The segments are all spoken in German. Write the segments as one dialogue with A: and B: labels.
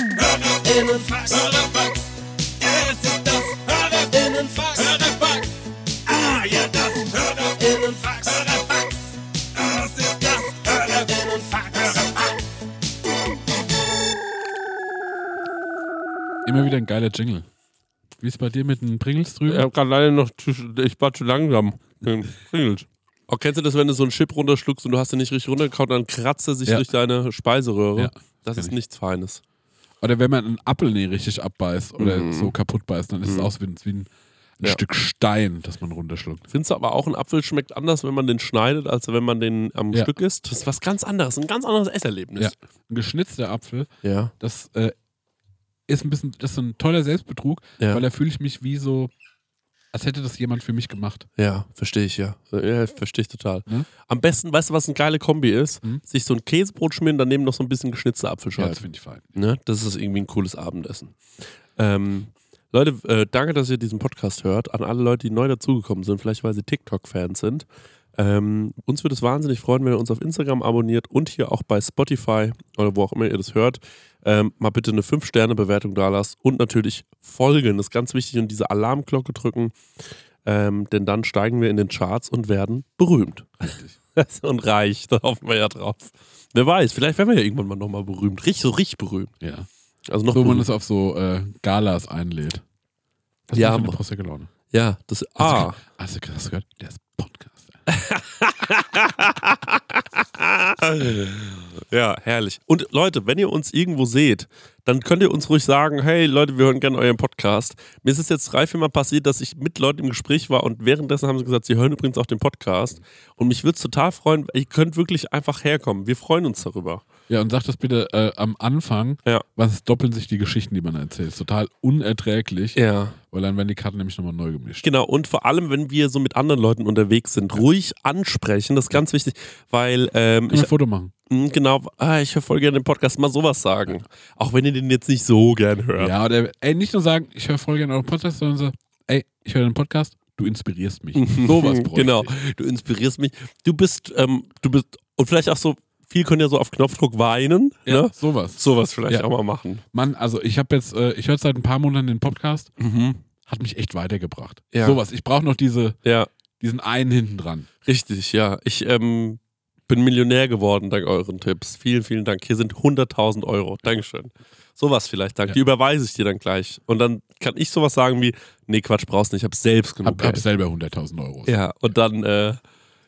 A: Hörerinnenfax. Hörerfax. Es ist das Hörerinnenfax. Hörerfax. Ah, ja, das Hörerinnenfax. Hörerfax. Das ist das Hörerinnenfax. Hörerfax.
B: Immer wieder ein geiler Jingle. Wie ist bei dir mit den Pringles drüben?
C: Ich hab gerade leider noch, zu, ich war zu langsam. Pringelt. Auch Oh, kennst du das, wenn du so einen Chip runterschluckst und du hast den nicht richtig runtergekaut, dann kratzt er sich
B: Ja.
C: durch deine Speiseröhre.
B: Ja,
C: das
B: kenn
C: ist
B: ich.
C: nichts Feines.
B: Oder wenn man einen Apfel nicht richtig abbeißt oder
C: Mhm.
B: so kaputt beißt, dann ist es
C: Mhm.
B: aus wie ein, wie ein
C: Ja.
B: Stück Stein, das man runterschluckt.
C: Findest du aber auch, ein Apfel schmeckt anders, wenn man den schneidet, als wenn man den am
B: Ja.
C: Stück isst? Das ist was ganz anderes, ein ganz anderes Esserlebnis.
B: Ein geschnitzter Apfel,
C: Ja.
B: das äh, ist ein bisschen, das ist ein toller Selbstbetrug,
C: Ja,
B: weil da fühle ich mich wie so, als hätte das jemand für mich gemacht.
C: ja verstehe ich, ja. ja verstehe ich total.
B: Mhm.
C: Am besten, weißt du, was eine geile Kombi ist?
B: Mhm.
C: Sich so ein Käsebrot schmieren, daneben noch so ein bisschen geschnitzte
B: Ja,
C: Apfelscheibe.
B: das finde ich fein.
C: Ne? Das ist irgendwie ein cooles Abendessen. Ähm, Leute, äh, danke, dass ihr diesen Podcast hört. An alle Leute, die neu dazugekommen sind, vielleicht weil sie TikTok-Fans sind. Ähm, uns würde es wahnsinnig freuen, wenn ihr uns auf Instagram abonniert und hier auch bei Spotify oder wo auch immer ihr das hört. Ähm, mal bitte eine 5-Sterne-Bewertung da lasst und natürlich folgen. Das ist ganz wichtig und diese Alarmglocke drücken, ähm, denn dann steigen wir in den Charts und werden berühmt.
B: Richtig.
C: und reich, da hoffen wir ja drauf. Wer weiß, vielleicht werden wir ja irgendwann mal nochmal berühmt. Richtig, so richtig berühmt.
B: Ja.
C: Also noch
B: so, wo man
C: berühmt.
B: es auf so äh, Galas einlädt. Das
C: Ja,
B: ist eine
C: aber-
B: prostige Laune.
C: Ja, das. Ah.
B: Hast du, hast du gehört? Der ist Podcast.
C: Ja, herrlich. Und Leute, wenn ihr uns irgendwo seht, dann könnt ihr uns ruhig sagen, hey Leute, wir hören gerne euren Podcast. Mir ist es jetzt drei, vier Mal passiert, dass ich mit Leuten im Gespräch war und währenddessen haben sie gesagt, sie hören übrigens auch den Podcast. Und mich würde es total freuen, ihr könnt wirklich einfach herkommen. Wir freuen uns darüber.
B: Ja, und sag das bitte äh, am Anfang,
C: Ja.
B: was es doppeln sich die Geschichten, die man erzählt. Ist total unerträglich,
C: Ja.
B: weil dann werden die Karten nämlich nochmal neu gemischt.
C: Genau, und vor allem, wenn wir so mit anderen Leuten unterwegs sind, ruhig ansprechen, das ist ganz wichtig, weil ähm,
B: Können
C: ich
B: wir ein Foto machen?
C: Mm, Genau, ah, ich höre voll gerne den Podcast, mal sowas sagen. Auch wenn ihr den jetzt nicht so gern hört.
B: Ja, oder ey, nicht nur sagen, ich höre voll gerne euren Podcast, sondern so, ey, ich höre deinen Podcast, du inspirierst mich. Sowas bräuchte
C: Genau,
B: ich.
C: du inspirierst mich. Du bist, ähm, du bist, und vielleicht auch so, viel können ja so auf Knopfdruck weinen,
B: Ja,
C: ne?
B: Sowas.
C: Sowas vielleicht
B: Ja.
C: auch mal machen.
B: Mann, also ich habe jetzt, äh, ich höre seit ein paar Monaten den Podcast,
C: Mhm.
B: hat mich echt weitergebracht.
C: Ja.
B: Sowas. Ich brauche noch diese,
C: Ja,
B: diesen einen hinten dran.
C: richtig, ja. Ich ähm, bin Millionär geworden dank euren Tipps. Vielen, vielen Dank. Hier sind 100.000 Euro. Dankeschön. Sowas vielleicht, danke.
B: Ja.
C: Die überweise ich dir dann gleich. Und dann kann ich sowas sagen wie, nee, Quatsch, brauchst nicht, ich hab's selbst genug.
B: Hab, hab
C: Geld.
B: selber 100.000 Euro.
C: Ja, und dann, äh,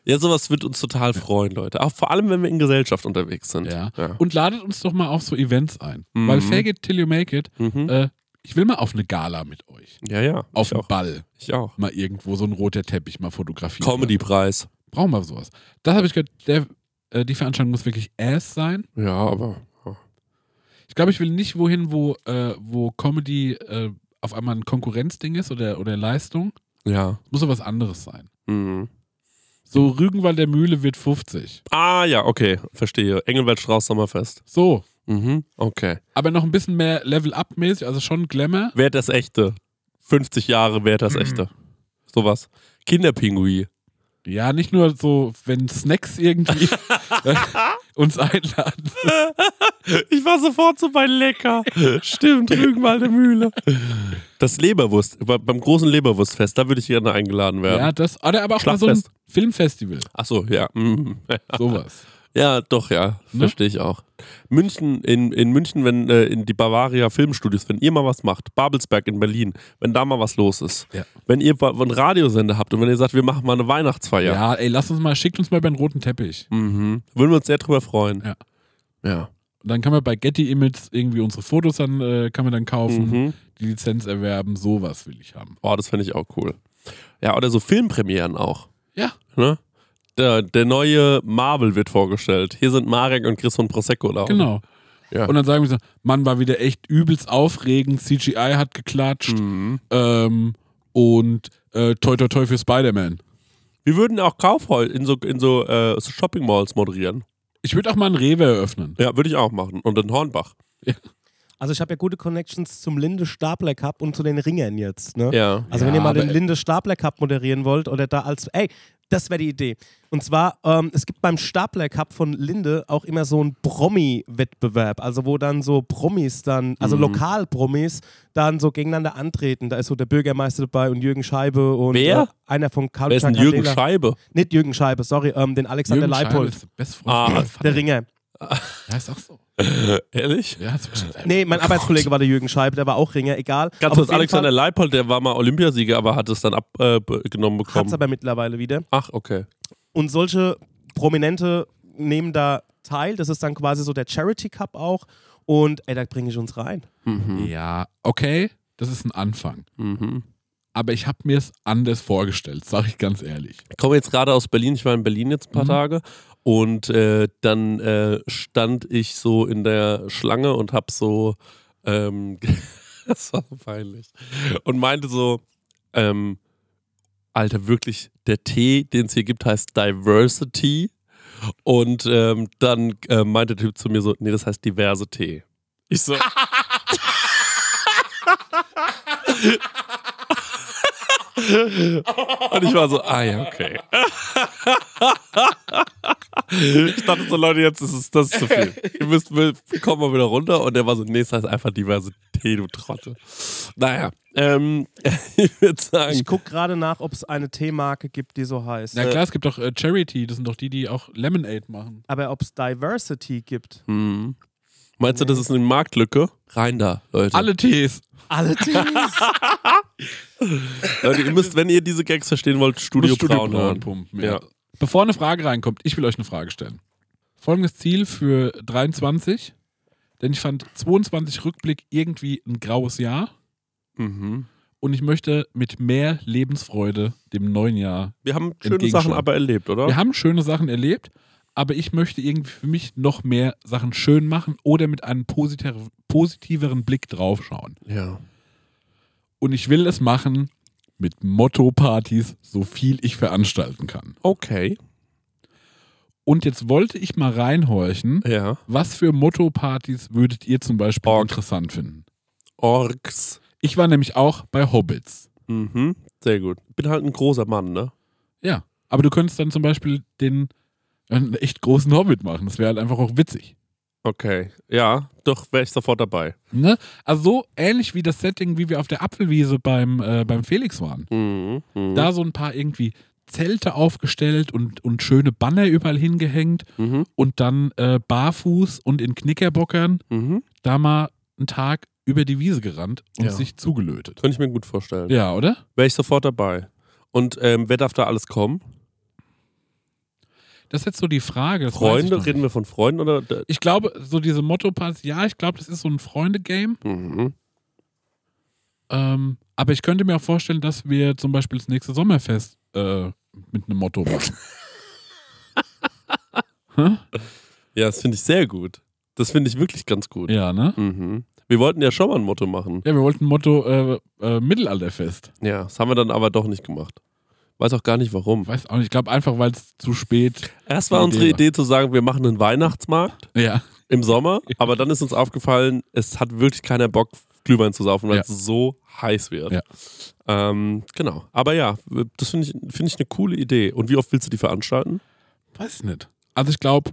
C: ja, sowas wird uns total freuen, Leute. Auch vor allem, wenn wir in Gesellschaft unterwegs sind.
B: Ja.
C: Ja.
B: Und ladet uns doch mal auf so Events ein.
C: Mhm.
B: Weil Fake It Till You Make It,
C: Mhm.
B: äh, ich will mal auf eine Gala mit euch.
C: ja, ja.
B: Auf
C: ich
B: den
C: auch.
B: Ball.
C: Ich auch.
B: Mal irgendwo so ein roter Teppich mal fotografieren.
C: Comedy-Preis.
B: Brauchen wir sowas. Das habe ich gehört, der, äh, die Veranstaltung muss wirklich ass sein.
C: Ja, aber.
B: Ich glaube, ich will nicht wohin, wo, äh, wo Comedy äh, auf einmal ein Konkurrenzding ist oder, oder Leistung.
C: Ja.
B: Es muss ja was anderes sein.
C: Mhm.
B: So, Rügenwald der Mühle wird 50.
C: Ah, ja, okay. Verstehe. Engelbert Strauß Sommerfest.
B: So.
C: Mhm. Okay.
B: Aber noch ein bisschen mehr Level-Up-mäßig, also schon Glamour.
C: Wer das echte? 50 Jahre, wer das
B: Mhm.
C: echte? Sowas. Kinderpinguin.
B: Ja, nicht nur so, wenn Snacks irgendwie äh, uns einladen.
C: Ich war sofort so bei Lecker. Stimmt, Rügenwalder Mühle. Das Leberwurst, bei- beim großen Leberwurstfest, da würde ich gerne eingeladen
B: Ja,
C: werden.
B: das. Oder aber auch mal so ein
C: Schlachtfest.
B: Filmfestival.
C: Ach so, ja. Mhm.
B: Sowas.
C: Ja, doch, ja.
B: Ne?
C: Verstehe ich auch. München, in, in München, wenn äh, in die Bavaria Filmstudios, wenn ihr mal was macht, Babelsberg in Berlin, wenn da mal was los ist,
B: Ja.
C: wenn ihr wa- einen Radiosender habt und wenn ihr sagt, wir machen mal eine Weihnachtsfeier,
B: Ja. ey, lass uns mal, schickt uns mal über den roten Teppich.
C: mhm. würden wir uns sehr drüber freuen.
B: Ja.
C: Ja.
B: Und dann kann man bei Getty Images irgendwie unsere Fotos dann, äh, kann man dann kaufen,
C: Mhm.
B: die Lizenz erwerben, sowas will ich haben.
C: Oh, das fände ich auch cool. Ja, oder so Filmpremieren auch.
B: Ja.
C: Ne? Der, der neue Marvel wird vorgestellt. Hier sind Marek und Chris von Prosecco da.
B: Genau.
C: Ja.
B: Und dann sagen wir so, Mann, war wieder echt übelst aufregend, CGI hat geklatscht
C: Mhm.
B: ähm, und äh, toi toi toi für Spider-Man.
C: Wir würden auch Kaufhäuser in so, in so, äh, so Shopping Malls moderieren.
B: Ich würde auch mal einen Rewe eröffnen.
C: Ja, würde ich auch machen. Und in Hornbach.
B: Ja.
D: Also ich habe ja gute Connections zum Linde Stapler Cup und zu den Ringern jetzt. Ne?
C: Ja.
D: Also
B: Ja,
D: wenn ihr mal den
B: aber-
D: Linde Stapler Cup moderieren wollt oder da als, ey, das wäre die Idee. Und zwar, ähm, es gibt beim Stapler Cup von Linde auch immer so einen Promi-Wettbewerb, also wo dann so Promis dann, also
C: Mhm.
D: Lokal-Promis dann so gegeneinander antreten. Da ist so der Bürgermeister dabei und Jürgen Scheibe und
C: Wer?
D: Äh, einer von Karl
C: Wer ist denn Jürgen Scheibe?
D: Nicht Jürgen Scheibe, sorry, ähm, den Alexander
B: Jürgen Scheibe
D: Leipold,
B: ist der Bestfreund.
C: Ah,
B: von meinem
D: der
B: Vater.
D: Ringer.
B: Ja, ist auch so.
C: Ehrlich?
B: Ja, ist bestimmt-
D: Nee, mein Arbeitskollege war der Jürgen Scheibe, der war auch Ringer, egal.
C: Ganz
D: Aber
C: kurz,
D: auf jeden
C: Alexander Leipold, der war mal Olympiasieger, aber hat es dann abgenommen
D: Fall Hat's
C: bekommen.
D: aber mittlerweile wieder.
C: Ach, okay.
D: Und solche Prominente nehmen da teil. Das ist dann quasi so der Charity Cup auch. Und ey, da bringe ich uns rein.
B: Ja, okay, das ist ein Anfang.
C: Mhm.
B: Aber ich habe mir es anders vorgestellt, sage ich ganz ehrlich.
C: Ich komme jetzt gerade aus Berlin, ich war in Berlin jetzt ein paar
B: Mhm.
C: Tage und äh, dann äh, stand ich so in der Schlange und hab so, ähm, das war so peinlich, und meinte so, ähm, Alter, wirklich, der Tee, den es hier gibt, heißt Diversity. Und ähm, dann äh, meinte der Typ zu mir so, nee, das heißt Diversity. Ich so, Und ich war so, ah ja, okay. Ich dachte so, Leute, jetzt ist es das ist zu viel. Ihr müsst, kommt mal wieder runter. Und der war so, nee, es heißt einfach Diversität, du Trottel. Naja, ähm, ich würde sagen,
D: Ich gucke gerade nach, ob es eine Teemarke gibt, die so heißt.
B: Na klar, es gibt doch äh, Charity, das sind doch die, die auch Lemonade machen.
D: Aber ob es Diversity gibt.
C: hm, meinst du, das ist eine Marktlücke? Rein da, Leute.
B: Alle Tees.
D: Alle Tees.
C: Leute, ihr müsst, wenn ihr diese Gags verstehen wollt, Studio,
B: Muss Studio
C: Braun
B: Braun
C: hören.
B: pumpen, ja.
C: Ja.
B: Bevor eine Frage reinkommt, ich will euch eine Frage stellen. Folgendes Ziel für 23, denn ich fand 22 Rückblick irgendwie ein graues Jahr
C: Mhm.
B: und ich möchte mit mehr Lebensfreude dem neuen Jahr.
C: Wir haben schöne
B: Entgegenschlag.
C: Sachen aber erlebt, oder?
B: Wir haben schöne Sachen erlebt, aber ich möchte irgendwie für mich noch mehr Sachen schön machen oder mit einem positer- positiveren Blick draufschauen.
C: ja.
B: Und ich will es machen mit Motto-Partys, so viel ich veranstalten kann.
C: Okay.
B: Und jetzt wollte ich mal reinhorchen,
C: Ja.
B: was für Motto-Partys würdet ihr zum Beispiel
C: Org.
B: interessant finden?
C: Orks.
B: Ich war nämlich auch bei Hobbits.
C: Mhm. Sehr gut. Bin halt ein großer Mann, ne?
B: Ja, aber du könntest dann zum Beispiel den äh, einen echt großen Hobbit machen. Das wäre halt einfach auch witzig.
C: Okay. Ja, doch, wäre ich sofort dabei.
B: Ne? Also so ähnlich wie das Setting, wie wir auf der Apfelwiese beim, äh, beim Felix waren.
C: Mhm. Mhm.
B: Da so ein paar irgendwie Zelte aufgestellt und, und schöne Banner überall hingehängt
C: Mhm.
B: und dann äh, barfuß und in Knickerbockern
C: Mhm.
B: da mal einen Tag über die Wiese gerannt und
C: Ja.
B: sich zugelötet.
C: Könnte ich mir gut vorstellen.
B: Ja, oder?
C: Wäre ich sofort dabei. Und ähm, wer darf da alles kommen?
B: Das ist jetzt so die Frage. das weiß ich noch
C: Freunde?
B: nicht.
C: Reden wir von Freunden oder? da-
B: Ich glaube, so diese Motto-Parts, ja, ich glaube, das ist so ein Freunde-Game.
C: Mhm.
B: Ähm, aber ich könnte mir auch vorstellen, dass wir zum Beispiel das nächste Sommerfest äh, mit einem Motto machen.
C: Ja, das finde ich sehr gut. Das finde ich wirklich ganz gut.
B: ja, ne?
C: Mhm. Wir wollten ja schon mal ein Motto machen.
B: Ja, wir wollten Motto äh, äh, Mittelalterfest.
C: Ja, das haben wir dann aber doch nicht gemacht. Weiß auch gar nicht warum.
B: Weiß auch nicht. Ich glaube einfach, weil es zu spät.
C: Erst war
B: Die
C: unsere
B: Idee war-
C: Idee zu sagen, wir machen einen Weihnachtsmarkt
B: Ja.
C: im Sommer, aber dann ist uns aufgefallen, es hat wirklich keiner Bock, Glühwein zu saufen, weil
B: Ja.
C: es so heiß wird.
B: Ja.
C: Ähm, genau. Aber ja, das finde ich, finde ich eine coole Idee. Und wie oft willst du die veranstalten?
B: Weiß nicht. Also ich glaube,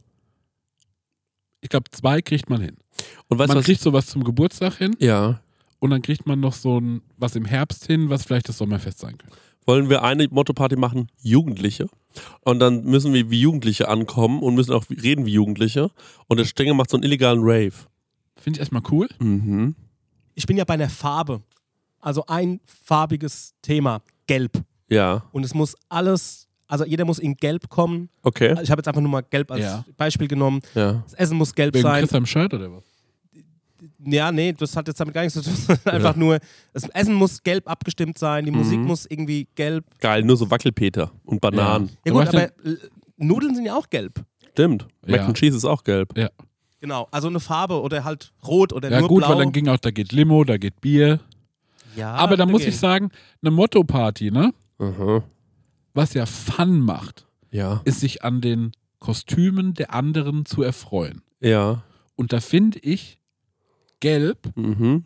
B: ich glaube, zwei kriegt man hin.
C: Und weißt du
B: man
C: was?
B: kriegt sowas zum Geburtstag hin
C: ja.
B: und dann kriegt man noch so ein was im Herbst hin, was vielleicht das Sommerfest sein könnte.
C: Wollen wir eine Motto-Party machen? Jugendliche. Und dann müssen wir wie Jugendliche ankommen und müssen auch wie- reden wie Jugendliche. Und der Stenge macht so einen illegalen Rave.
B: Finde ich erstmal cool.
C: Mhm.
D: ich bin ja bei einer Farbe. Also ein farbiges Thema. Gelb.
C: Ja.
D: Und es muss alles, also jeder muss in Gelb kommen.
C: Okay.
D: Ich habe jetzt einfach nur mal Gelb als
B: Ja.
D: Beispiel genommen.
C: Ja.
D: Das Essen muss gelb
B: Wegen
D: sein.
B: Chris am Shirt oder was?
D: Ja, nee, das hat jetzt damit gar nichts zu tun. Einfach nur, das Essen muss gelb abgestimmt sein, die
B: Mhm.
D: Musik muss irgendwie gelb.
C: Geil, nur so Wackelpeter und Bananen.
D: Ja
B: Aber
D: gut,
B: ich
D: aber äh, Nudeln sind ja auch gelb.
C: Stimmt. Mac
B: Ja.
C: and Cheese ist auch gelb.
B: Ja.
D: Genau, also eine Farbe oder halt rot oder
B: Ja,
D: nur
B: gut,
D: blau. Ah,
B: weil dann ging auch, da geht Limo, da geht Bier.
D: ja,
B: Aber da
D: okay.
B: muss ich sagen, eine Motto-Party, ne?
C: Mhm.
B: Was ja Fun macht,
C: Ja.
B: ist sich an den Kostümen der anderen zu erfreuen.
C: Ja.
B: Und da finde ich, Gelb,
C: Mhm.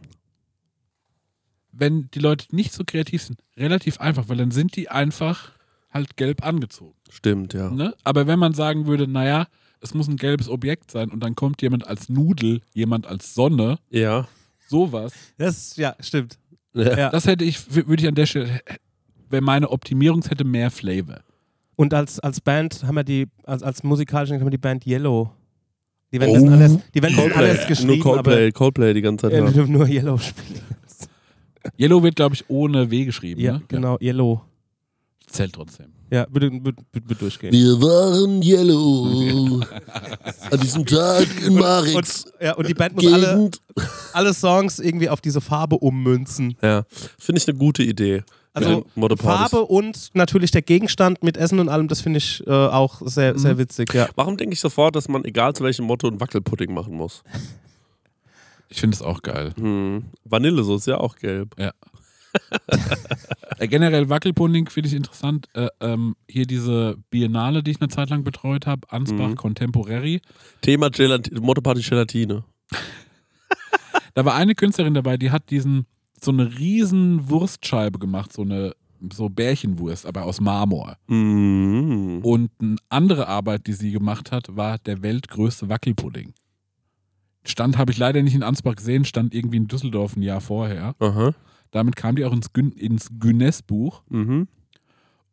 B: wenn die Leute nicht so kreativ sind, relativ einfach, weil dann sind die einfach halt gelb angezogen.
C: Stimmt, ja.
B: Ne? Aber wenn man sagen würde, naja, es muss ein gelbes Objekt sein und dann kommt jemand als Nudel, jemand als Sonne,
C: Ja.
B: sowas,
D: Das, ja, stimmt.
C: Ja.
D: Ja.
B: das hätte ich, wür- würde ich an der Stelle, wäre meine Optimierung, es hätte mehr Flavor.
D: Und als, als Band haben wir die, als, als musikalischen haben wir die Band Yellow. Die werden
C: Oh.
D: wissen alles, die werden wissen
C: Coldplay.
D: alles geschrieben,
C: Nur Coldplay, Coldplay die ganze
D: aber
C: Zeit.
D: ja, die
C: Ja.
B: Genau.
D: dürfen nur Yellow spielen.
B: Yellow wird, glaube ich, ohne W geschrieben.
D: Ja,
B: ne?
D: genau, Yellow.
B: Ja, zählt trotzdem.
D: Ja, würde, würde, würde durchgehen.
E: Wir waren yellow. An diesem Tag in Marix.
D: Und, ja, und die Band muss alle,
E: Gegend.
D: alle Songs irgendwie auf diese Farbe ummünzen.
C: ja. Finde ich eine gute Idee.
D: Also
C: Mit den Motto-Partys.
D: Farbe und natürlich der Gegenstand mit Essen und allem, das finde ich äh, auch sehr, sehr witzig, ja.
C: Warum denke ich sofort, dass man egal zu welchem Motto einen Wackelpudding machen muss?
B: Ich finde es auch geil.
C: Hm. Vanillesoße ist ja auch gelb.
B: Äh, generell Wackelpudding finde ich interessant. Äh, ähm, hier diese Biennale, die ich eine Zeit lang betreut habe, Ansbach
C: Mhm.
B: Contemporary.
C: Thema Gelatine, Motto-Party Gelatine.
B: Da war eine Künstlerin dabei, die hat diesen so eine riesen Wurstscheibe gemacht, so eine so Bärchenwurst, aber aus Marmor.
C: Mhm.
B: Und eine andere Arbeit, die sie gemacht hat, war der weltgrößte Wackelpudding. Stand habe ich leider nicht in Ansbach gesehen, stand irgendwie in Düsseldorf ein Jahr vorher.
C: Aha.
B: Damit kam die auch ins, Gün ins Guinness-Buch.
C: Mhm.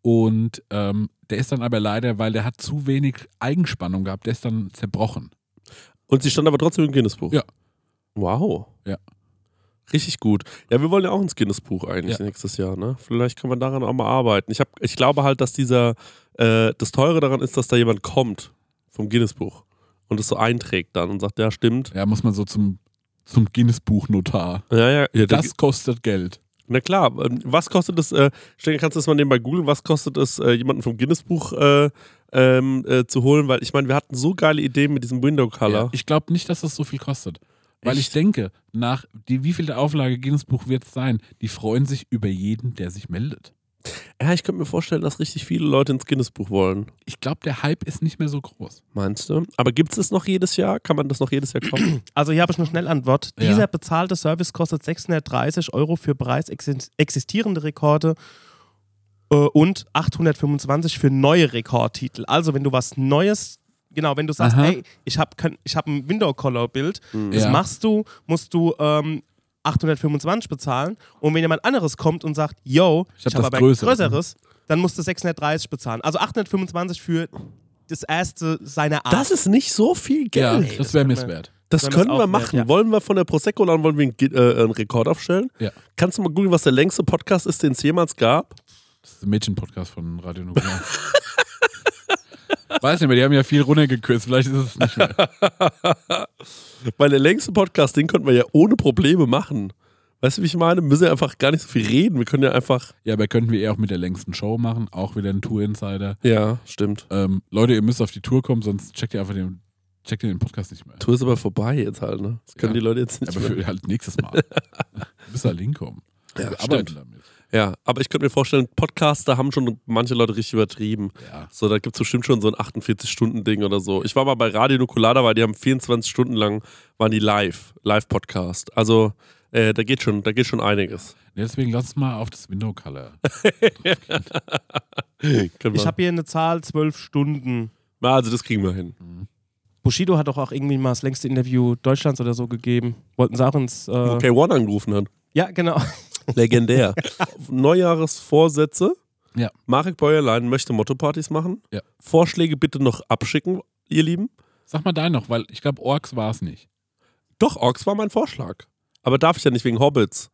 B: Und ähm, der ist dann aber leider, weil der hat zu wenig Eigenspannung gehabt, der ist dann zerbrochen.
C: Und sie stand aber trotzdem im Guinness-Buch.
B: Ja.
C: Wow.
B: Ja.
C: Richtig gut. Ja, wir wollen ja auch ins Guinness-Buch eigentlich
B: Ja.
C: nächstes Jahr, ne? Vielleicht kann man daran auch mal arbeiten. Ich, hab, ich glaube halt, dass dieser, äh, das Teure daran ist, dass da jemand kommt vom Guinness-Buch und es so einträgt dann und sagt, ja, stimmt.
B: Ja, muss man so zum, zum Guinness-Buch-Notar.
C: Ja, ja, ja
B: Das kostet Geld.
C: Na klar, ähm, was kostet es, äh, Stefan, kannst du das mal nebenbei googeln, was kostet es, äh, jemanden vom Guinness-Buch äh, ähm, äh, zu holen? Weil ich meine, wir hatten so geile Ideen mit diesem Window-Color.
B: Ich glaube nicht, dass das so viel kostet. Weil ich
C: Echt?
B: denke, nach die, wie viel der Auflage Guinness-Buch wird es sein, die freuen sich über jeden, der sich meldet.
C: Ja, ich könnte mir vorstellen, dass richtig viele Leute ins Guinness-Buch wollen.
B: Ich glaube, der Hype ist nicht mehr so groß.
C: Meinst du? Aber gibt es das noch jedes Jahr? Kann man das noch jedes Jahr kaufen?
D: Also hier habe ich eine Schnellantwort.
B: Ja.
D: Dieser bezahlte Service kostet 630 Euro für bereits exi- existierende Rekorde äh, und 825 für neue Rekordtitel. Also wenn du was Neues, genau, wenn du sagst,
B: Aha. Mhm.
D: hey, ich habe ich hab ein Window-Color-Bild, das
B: Ja.
D: machst du, musst du ähm, 825 bezahlen. Und wenn jemand anderes kommt und sagt, yo, ich
B: Ich hab
D: habe
B: das
D: aber
B: Größere.
D: Größeres, dann musst du 630 bezahlen. Also 825 für das erste seiner Art.
C: Das ist nicht so viel
B: Ja,
C: Geld.
B: das wäre mir
D: können wir-
B: wert.
C: das
D: Sollen
C: können
D: wir's
C: wir
D: aufnehmen,
C: machen.
D: ja.
C: Wollen wir von der prosecco laden wollen wir einen, Gui- äh, einen Rekord aufstellen?
B: Ja.
C: Kannst du mal googeln, was der längste Podcast ist, den es jemals gab?
B: Das ist ein Mädchen-Podcast von Radio Nukular. Weiß nicht mehr, die haben ja viel runtergekürzt. Vielleicht ist es nicht mehr.
C: Weil der längste Podcast, den könnten wir ja ohne Probleme machen. Weißt du, wie ich meine? Wir müssen ja einfach gar nicht so viel reden. Wir können ja einfach.
B: Ja, aber könnten wir eh auch mit der längsten Show machen. Auch wieder ein Tour-Insider.
C: Ja, stimmt.
B: Ähm, Leute, ihr müsst auf die Tour kommen, sonst checkt ihr einfach den, checkt ihr den Podcast nicht mehr.
C: Tour ist aber vorbei jetzt halt, ne? Das können
B: Ja.
C: die Leute jetzt nicht
B: Aber
C: mehr.
B: für halt nächstes Mal. Bis da hinkommen.
C: Ja,
B: Wir arbeiten damit.
C: Ja, aber ich könnte mir vorstellen, Podcasts, da haben schon manche Leute richtig übertrieben.
B: Ja.
C: So, da gibt es bestimmt schon so ein 48-Stunden-Ding oder so. Ich war mal bei Radio Nukulada, weil die haben 24 Stunden lang, waren die live, Live-Podcast. Also, äh, da geht schon, da geht schon einiges.
B: Nee, deswegen lass uns mal auf das Window Color.
C: Können
D: Ich
C: wir-
D: habe hier eine Zahl, zwölf Stunden.
C: Na, also das kriegen wir hin.
D: Bushido hat doch auch irgendwie mal das längste Interview Deutschlands oder so gegeben. Wollten sie auch ins... Äh,
C: Wo K1 angerufen hat.
D: Ja, genau.
C: Legendär. Neujahresvorsätze.
B: Ja.
C: Marek Bäuerlein möchte Motto-Partys machen.
B: Ja.
C: Vorschläge bitte noch abschicken, ihr Lieben.
B: Sag mal deinen noch, weil ich glaube, Orks war es nicht.
C: Doch, Orks war mein Vorschlag. Aber darf ich ja nicht wegen Hobbits.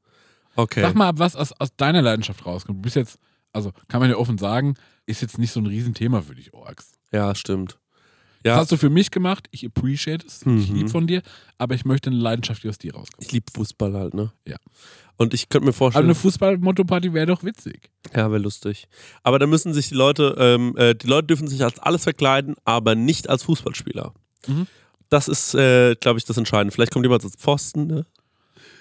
C: Okay.
B: Sag mal, was aus, aus deiner Leidenschaft rauskommt. Du bist jetzt, also kann man ja offen sagen, ist jetzt nicht so ein Riesenthema für dich, Orks.
C: Ja, stimmt.
B: Das
C: Ja,
B: hast du für mich gemacht, ich appreciate es, ich
C: Mhm.
B: lieb von dir, aber ich möchte eine Leidenschaft, die aus dir rauskommt.
C: ich liebe Fußball halt, ne?
B: Ja.
C: Und ich könnte mir
B: Aber
C: vorstellen,
B: eine Fußball-Motto-Party wäre doch witzig.
C: ja, wäre lustig. Aber da müssen sich die Leute, ähm, äh, die Leute dürfen sich als alles verkleiden, aber nicht als Fußballspieler.
B: Mhm.
C: Das ist, äh, glaube ich, das Entscheidende. Vielleicht kommt jemand als Pfosten, ne?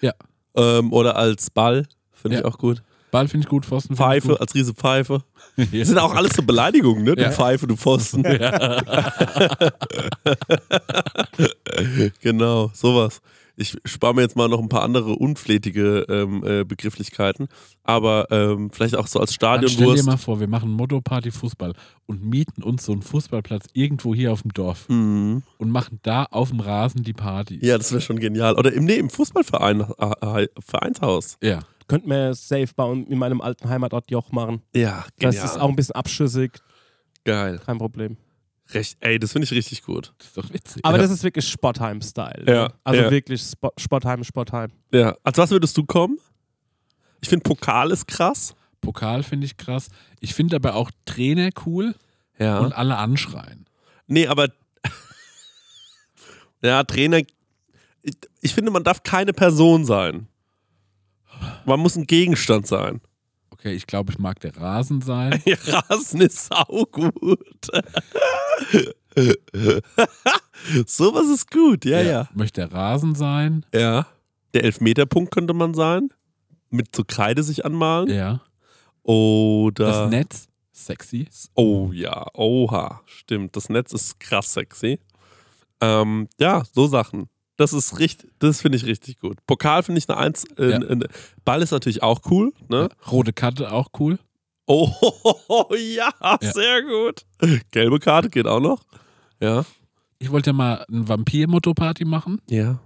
B: Ja.
C: Ähm, oder als Ball, finde
B: Ja.
C: ich auch gut.
B: Ball finde ich gut, Pfosten. find ich
C: Pfeife, als Riese Pfeife.
B: gut. Ja.
C: Das sind auch alles so Beleidigungen, ne? Du
B: Ja.
C: Pfeife, du Pfosten. genau, sowas. Ich spare mir jetzt mal noch ein paar andere unflätige ähm, äh, Begrifflichkeiten, aber ähm, vielleicht auch so als
B: Dann stell dir
C: Stadionwurst.
B: mal vor, wir machen Motto-Party Fußball und mieten uns so einen Fußballplatz irgendwo hier auf dem Dorf
C: Mhm.
B: und machen da auf dem Rasen die Party.
C: Ja, das wäre schon genial. Oder im, nee, im Fußballverein, äh, äh, Vereinshaus.
B: Ja.
D: Könnten wir safe bei, in meinem alten Heimatort Joch machen.
C: Ja,
D: Das
C: genial.
D: ist auch ein bisschen abschüssig,
C: geil.
D: kein Problem.
C: Recht, ey, das finde ich richtig gut.
B: Das ist doch witzig.
D: Aber
C: Ja.
D: das ist wirklich Spottheim-Style.
C: Ja,
D: Also
C: ja.
D: wirklich Spo Spottheim, Spottheim.
C: Ja, als was würdest du kommen? Ich finde Pokal ist krass.
B: Pokal finde ich krass. Ich finde aber auch Trainer cool
C: Ja.
B: und alle anschreien.
C: Nee, aber. ja, Trainer. Ich, ich finde, man darf keine Person sein. Man muss ein Gegenstand sein.
B: Okay, ich glaube, ich mag der Rasen sein.
C: Ja, Rasen ist saugut. Sowas ist gut, ja, ja.
B: Ich möchte der Rasen sein.
C: Ja. Der Elfmeterpunkt könnte man sein. Mit so Kreide sich anmalen.
B: Ja.
C: Oder.
B: Das Netz. Sexy.
C: Oh ja, oha, stimmt. Das Netz ist krass sexy. Ähm, ja, so Sachen. Das ist richtig, das finde ich richtig gut. Pokal finde ich eine Eins. Äh,
B: Ja.
C: eine- Ball ist natürlich auch cool, ne?
B: Rote Karte auch cool.
C: Oh, ja, sehr gut. Gelbe Karte geht auch noch. Ja.
B: Ich wollte ja mal ein Vampir-Motto-Party machen
C: Ja.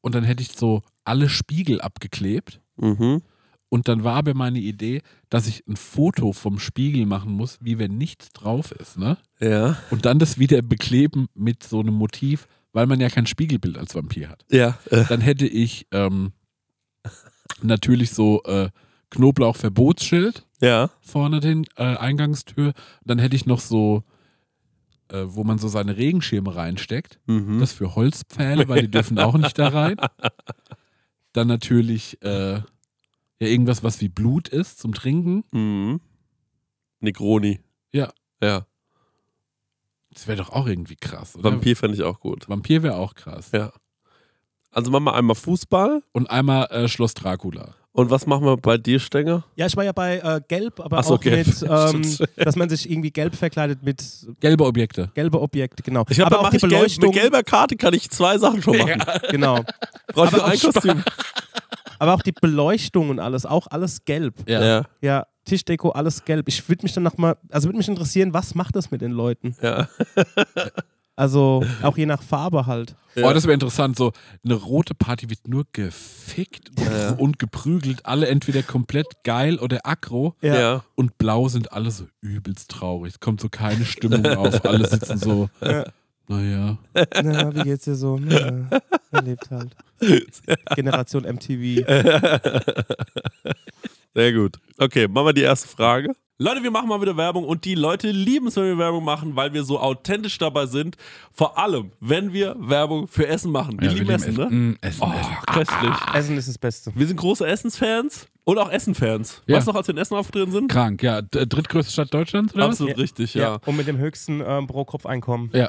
B: und dann hätte ich so alle Spiegel abgeklebt.
C: Mhm.
B: Und dann war aber meine Idee, dass ich ein Foto vom Spiegel machen muss, wie wenn nichts drauf ist, ne?
C: Ja.
B: Und dann das wieder bekleben mit so einem Motiv, weil man ja kein Spiegelbild als Vampir hat.
C: Ja. Äh,
B: Dann hätte ich ähm, natürlich so äh, Knoblauchverbotsschild
C: ja.
B: vorne den äh, Eingangstür. Dann hätte ich noch so, äh, wo man so seine Regenschirme reinsteckt.
C: Mhm.
B: Das für Holzpfähle, weil die dürfen auch nicht da rein. Dann natürlich äh, ja, irgendwas, was wie Blut ist zum Trinken.
C: mhm. Negroni.
B: Ja.
C: Ja.
B: Das wäre doch auch irgendwie krass, oder?
C: Vampir fände ich auch gut.
B: Vampir wäre auch krass.
C: Ja. Also machen wir einmal Fußball.
B: Und einmal äh, Schloss Dracula.
C: Und was machen wir bei dir, Stenger?
D: Ja, ich war ja bei äh, Gelb, aber
C: Ach so,
D: auch
C: Gelb.
D: mit, ähm,
C: Stimmt.
D: dass man sich irgendwie gelb verkleidet mit
B: Gelbe Objekte.
D: gelbe Objekte, genau.
C: Ich habe
D: aber auch
C: mache
D: die
C: ich gelb,
D: Beleuchtung,
C: mit gelber Karte kann ich zwei Sachen schon machen.
D: genau.
C: Brauche ich
D: Aber
C: nur ein
D: auch Spaß.
C: Kostüm.
D: Aber auch die Beleuchtung und alles, auch alles gelb.
B: Ja.
D: Ja, Tischdeko, alles gelb. Ich würde mich dann nochmal, also würde mich interessieren, was macht das mit den Leuten?
C: ja.
D: Also auch je nach Farbe halt.
B: Oh, das wäre interessant. So eine rote Party wird nur gefickt und, und geprügelt. Alle entweder komplett geil oder aggro.
C: Ja. ja.
B: Und blau sind alle so übelst traurig. Es kommt so keine Stimmung auf. Alle sitzen so, naja.
D: Na, wie geht's dir so? Na, er lebt halt. Generation
C: Äh.
D: MTV.
C: Sehr gut. Okay, machen wir die erste Frage. Leute, wir machen mal wieder Werbung und die Leute lieben es, wenn wir Werbung machen, weil wir so authentisch dabei sind. Vor allem, wenn wir Werbung für Essen machen. Wir
B: ja, wir
C: lieben Essen, ne?
B: Mm, Essen,
C: Oh,
B: Essen.
C: köstlich.
D: Essen ist das Beste.
C: Wir sind große Essensfans und auch Essen-Fans.
B: Ja.
C: Weißt du noch, als wir in Essen aufgetreten sind?
B: Krank, ja. D- Drittgrößte Stadt Deutschlands, oder? was?
C: Absolut richtig, ja.
D: Und mit dem höchsten ähm, Pro-Kopf-Einkommen.
B: Ja.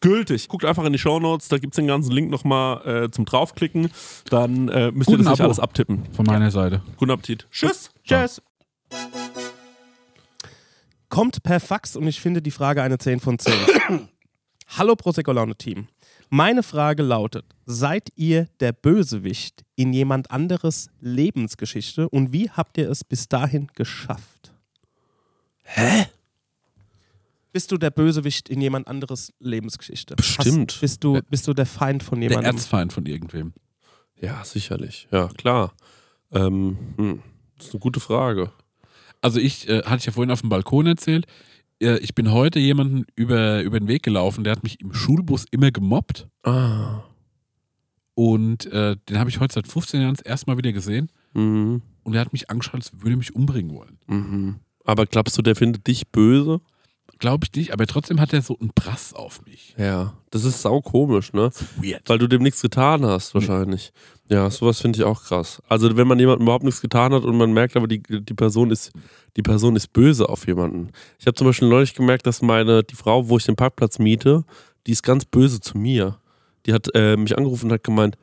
C: gültig. Guckt einfach in die Shownotes, da gibt's den ganzen Link nochmal äh, zum draufklicken. Dann äh, müsst
B: Guten
C: ihr das nicht
B: Abo.
C: alles abtippen.
B: Von meiner Seite.
C: Guten Appetit. Tschüss.
D: Tschüss. Kommt per Fax und ich finde die Frage eine 10 von 10. Hallo Prosecco Laune Team. Meine Frage lautet: Seid ihr der Bösewicht in jemand anderes Lebensgeschichte und wie habt ihr es bis dahin geschafft? Hä? Bist du der Bösewicht in jemand anderes Lebensgeschichte?
C: Bestimmt.
D: Hast, bist, du, bist du der Feind von
B: Der
D: jemandem?
B: Erzfeind von irgendwem.
C: Ja, sicherlich. Ja, klar. Ähm, hm. Das ist eine gute Frage.
B: Also ich, äh, hatte ich ja vorhin auf dem Balkon erzählt, äh, ich bin heute jemanden über, über den Weg gelaufen, der hat mich im Schulbus immer gemobbt
C: Ah.
B: und äh, den habe ich heute seit 15 Jahren das erste Mal wieder gesehen
C: Mhm.
B: und der hat mich angeschaut, als würde er mich umbringen wollen.
C: Mhm. Aber glaubst du, der findet dich böse?
B: Glaube ich nicht, aber trotzdem hat er so einen Brass auf mich.
C: Ja. Das ist saukomisch, ne?
B: Weird.
C: Weil du dem nichts getan hast, wahrscheinlich. Ja, sowas finde ich auch krass. Also, wenn man jemandem überhaupt nichts getan hat und man merkt, aber die, die, Person, ist, die Person ist böse auf jemanden. Ich habe zum Beispiel neulich gemerkt, dass meine, die Frau, wo ich den Parkplatz miete, die ist ganz böse zu mir. Die hat äh, mich angerufen und hat gemeint,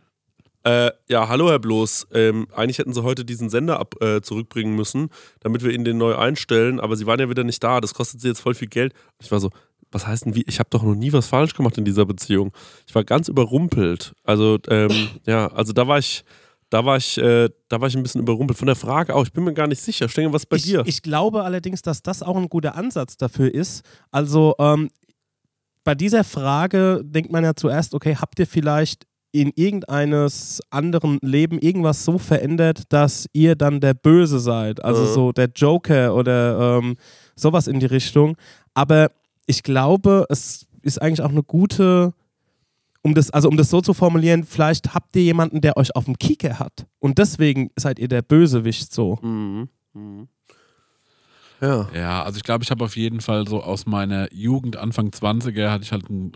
C: äh, ja, hallo Herr Bloß. Ähm, eigentlich hätten Sie heute diesen Sender ab, äh, zurückbringen müssen, damit wir ihn den neu einstellen, aber Sie waren ja wieder nicht da. Das kostet Sie jetzt voll viel Geld. Ich war so, was heißt denn wie? Ich habe doch noch nie was falsch gemacht in dieser Beziehung. Ich war ganz überrumpelt. Also ähm, ja, also da war ich, da war ich, äh, da war ich ein bisschen überrumpelt von der Frage auch. Ich bin mir gar nicht sicher. Stenge, was ist bei
D: ich,
C: dir?
D: Ich glaube allerdings, dass das auch ein guter Ansatz dafür ist. Also ähm, bei dieser Frage denkt man ja zuerst, okay, habt ihr vielleicht in irgendeines anderen Leben irgendwas so verändert, dass ihr dann der Böse seid? Also
C: Mhm.
D: so der Joker oder ähm, sowas in die Richtung. Aber ich glaube, es ist eigentlich auch eine gute um das, also um das so zu formulieren, vielleicht habt ihr jemanden, der euch auf dem Kieker hat. Und deswegen seid ihr der Bösewicht so.
C: Mhm. Mhm. Ja.
B: Ja, also ich glaube, ich habe auf jeden Fall so aus meiner Jugend, Anfang 20er, hatte ich halt ein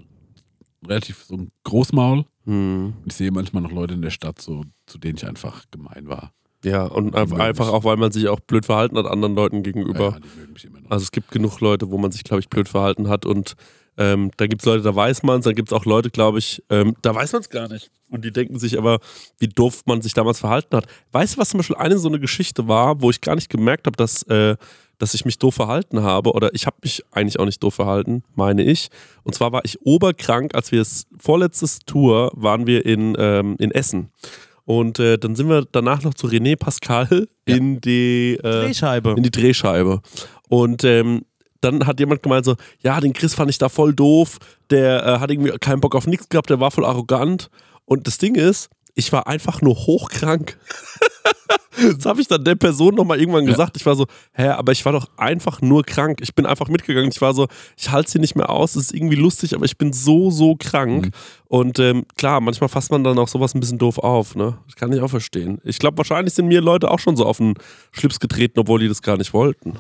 B: relativ so ein Großmaul.
C: Mhm.
B: Ich sehe manchmal noch Leute in der Stadt, so, zu denen ich einfach gemein war.
C: Ja, und ein-
B: Mögen
C: einfach
B: mich.
C: auch, weil man sich auch blöd verhalten hat anderen Leuten gegenüber.
B: Ja, die mögen mich immer noch.
C: Also es gibt genug Leute, wo man sich, glaube ich, blöd verhalten hat. Und ähm, da gibt es Leute, da weiß man es, dann gibt es auch Leute, glaube ich, ähm, da weiß man es gar nicht. Und die denken sich aber, wie doof man sich damals verhalten hat. Weißt du, was zum Beispiel eine so eine Geschichte war, wo ich gar nicht gemerkt habe, dass, äh, dass ich mich doof verhalten habe? Oder ich habe mich eigentlich auch nicht doof verhalten, meine ich. Und zwar war ich oberkrank, als wir es vorletztes Tour waren wir in, ähm, in Essen. Und äh, dann sind wir danach noch zu René Pascal in die äh,
D: Drehscheibe.
C: in die Drehscheibe. Und ähm, dann hat jemand gemeint so, ja, den Chris fand ich da voll doof, der äh, hat irgendwie keinen Bock auf nichts gehabt, der war voll arrogant. Und das Ding ist, ich war einfach nur hochkrank. das habe ich dann der Person nochmal irgendwann gesagt. Ich war so, hä, aber ich war doch einfach nur krank. Ich bin einfach mitgegangen. Ich war so, ich halte sie nicht mehr aus. Es ist irgendwie lustig, aber ich bin so, so krank. Und ähm, klar, manchmal fasst man dann auch sowas ein bisschen doof auf. Ne? Das kann ich auch verstehen. Ich glaube, wahrscheinlich sind mir Leute auch schon so auf den Schlips getreten, obwohl die das gar nicht wollten.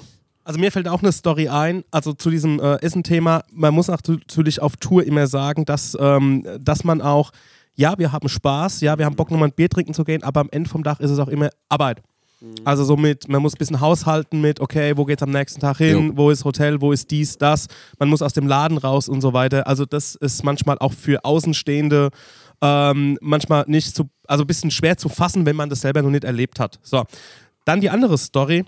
D: Also mir fällt auch eine Story ein, also zu diesem äh, Essen-Thema. Man muss auch natürlich auf Tour immer sagen, dass, ähm, dass man auch, ja, wir haben Spaß, ja, wir haben Bock, nochmal ein Bier trinken zu gehen, aber am Ende vom Tag ist es auch immer Arbeit. Also so mit, man muss ein bisschen haushalten mit, okay, wo geht's am nächsten Tag hin, wo ist Hotel, wo ist dies, das, man muss aus dem Laden raus und so weiter. Also das ist manchmal auch für Außenstehende ähm, manchmal nicht zu, also ein bisschen schwer zu fassen, wenn man das selber noch nicht erlebt hat. So, dann die andere Story.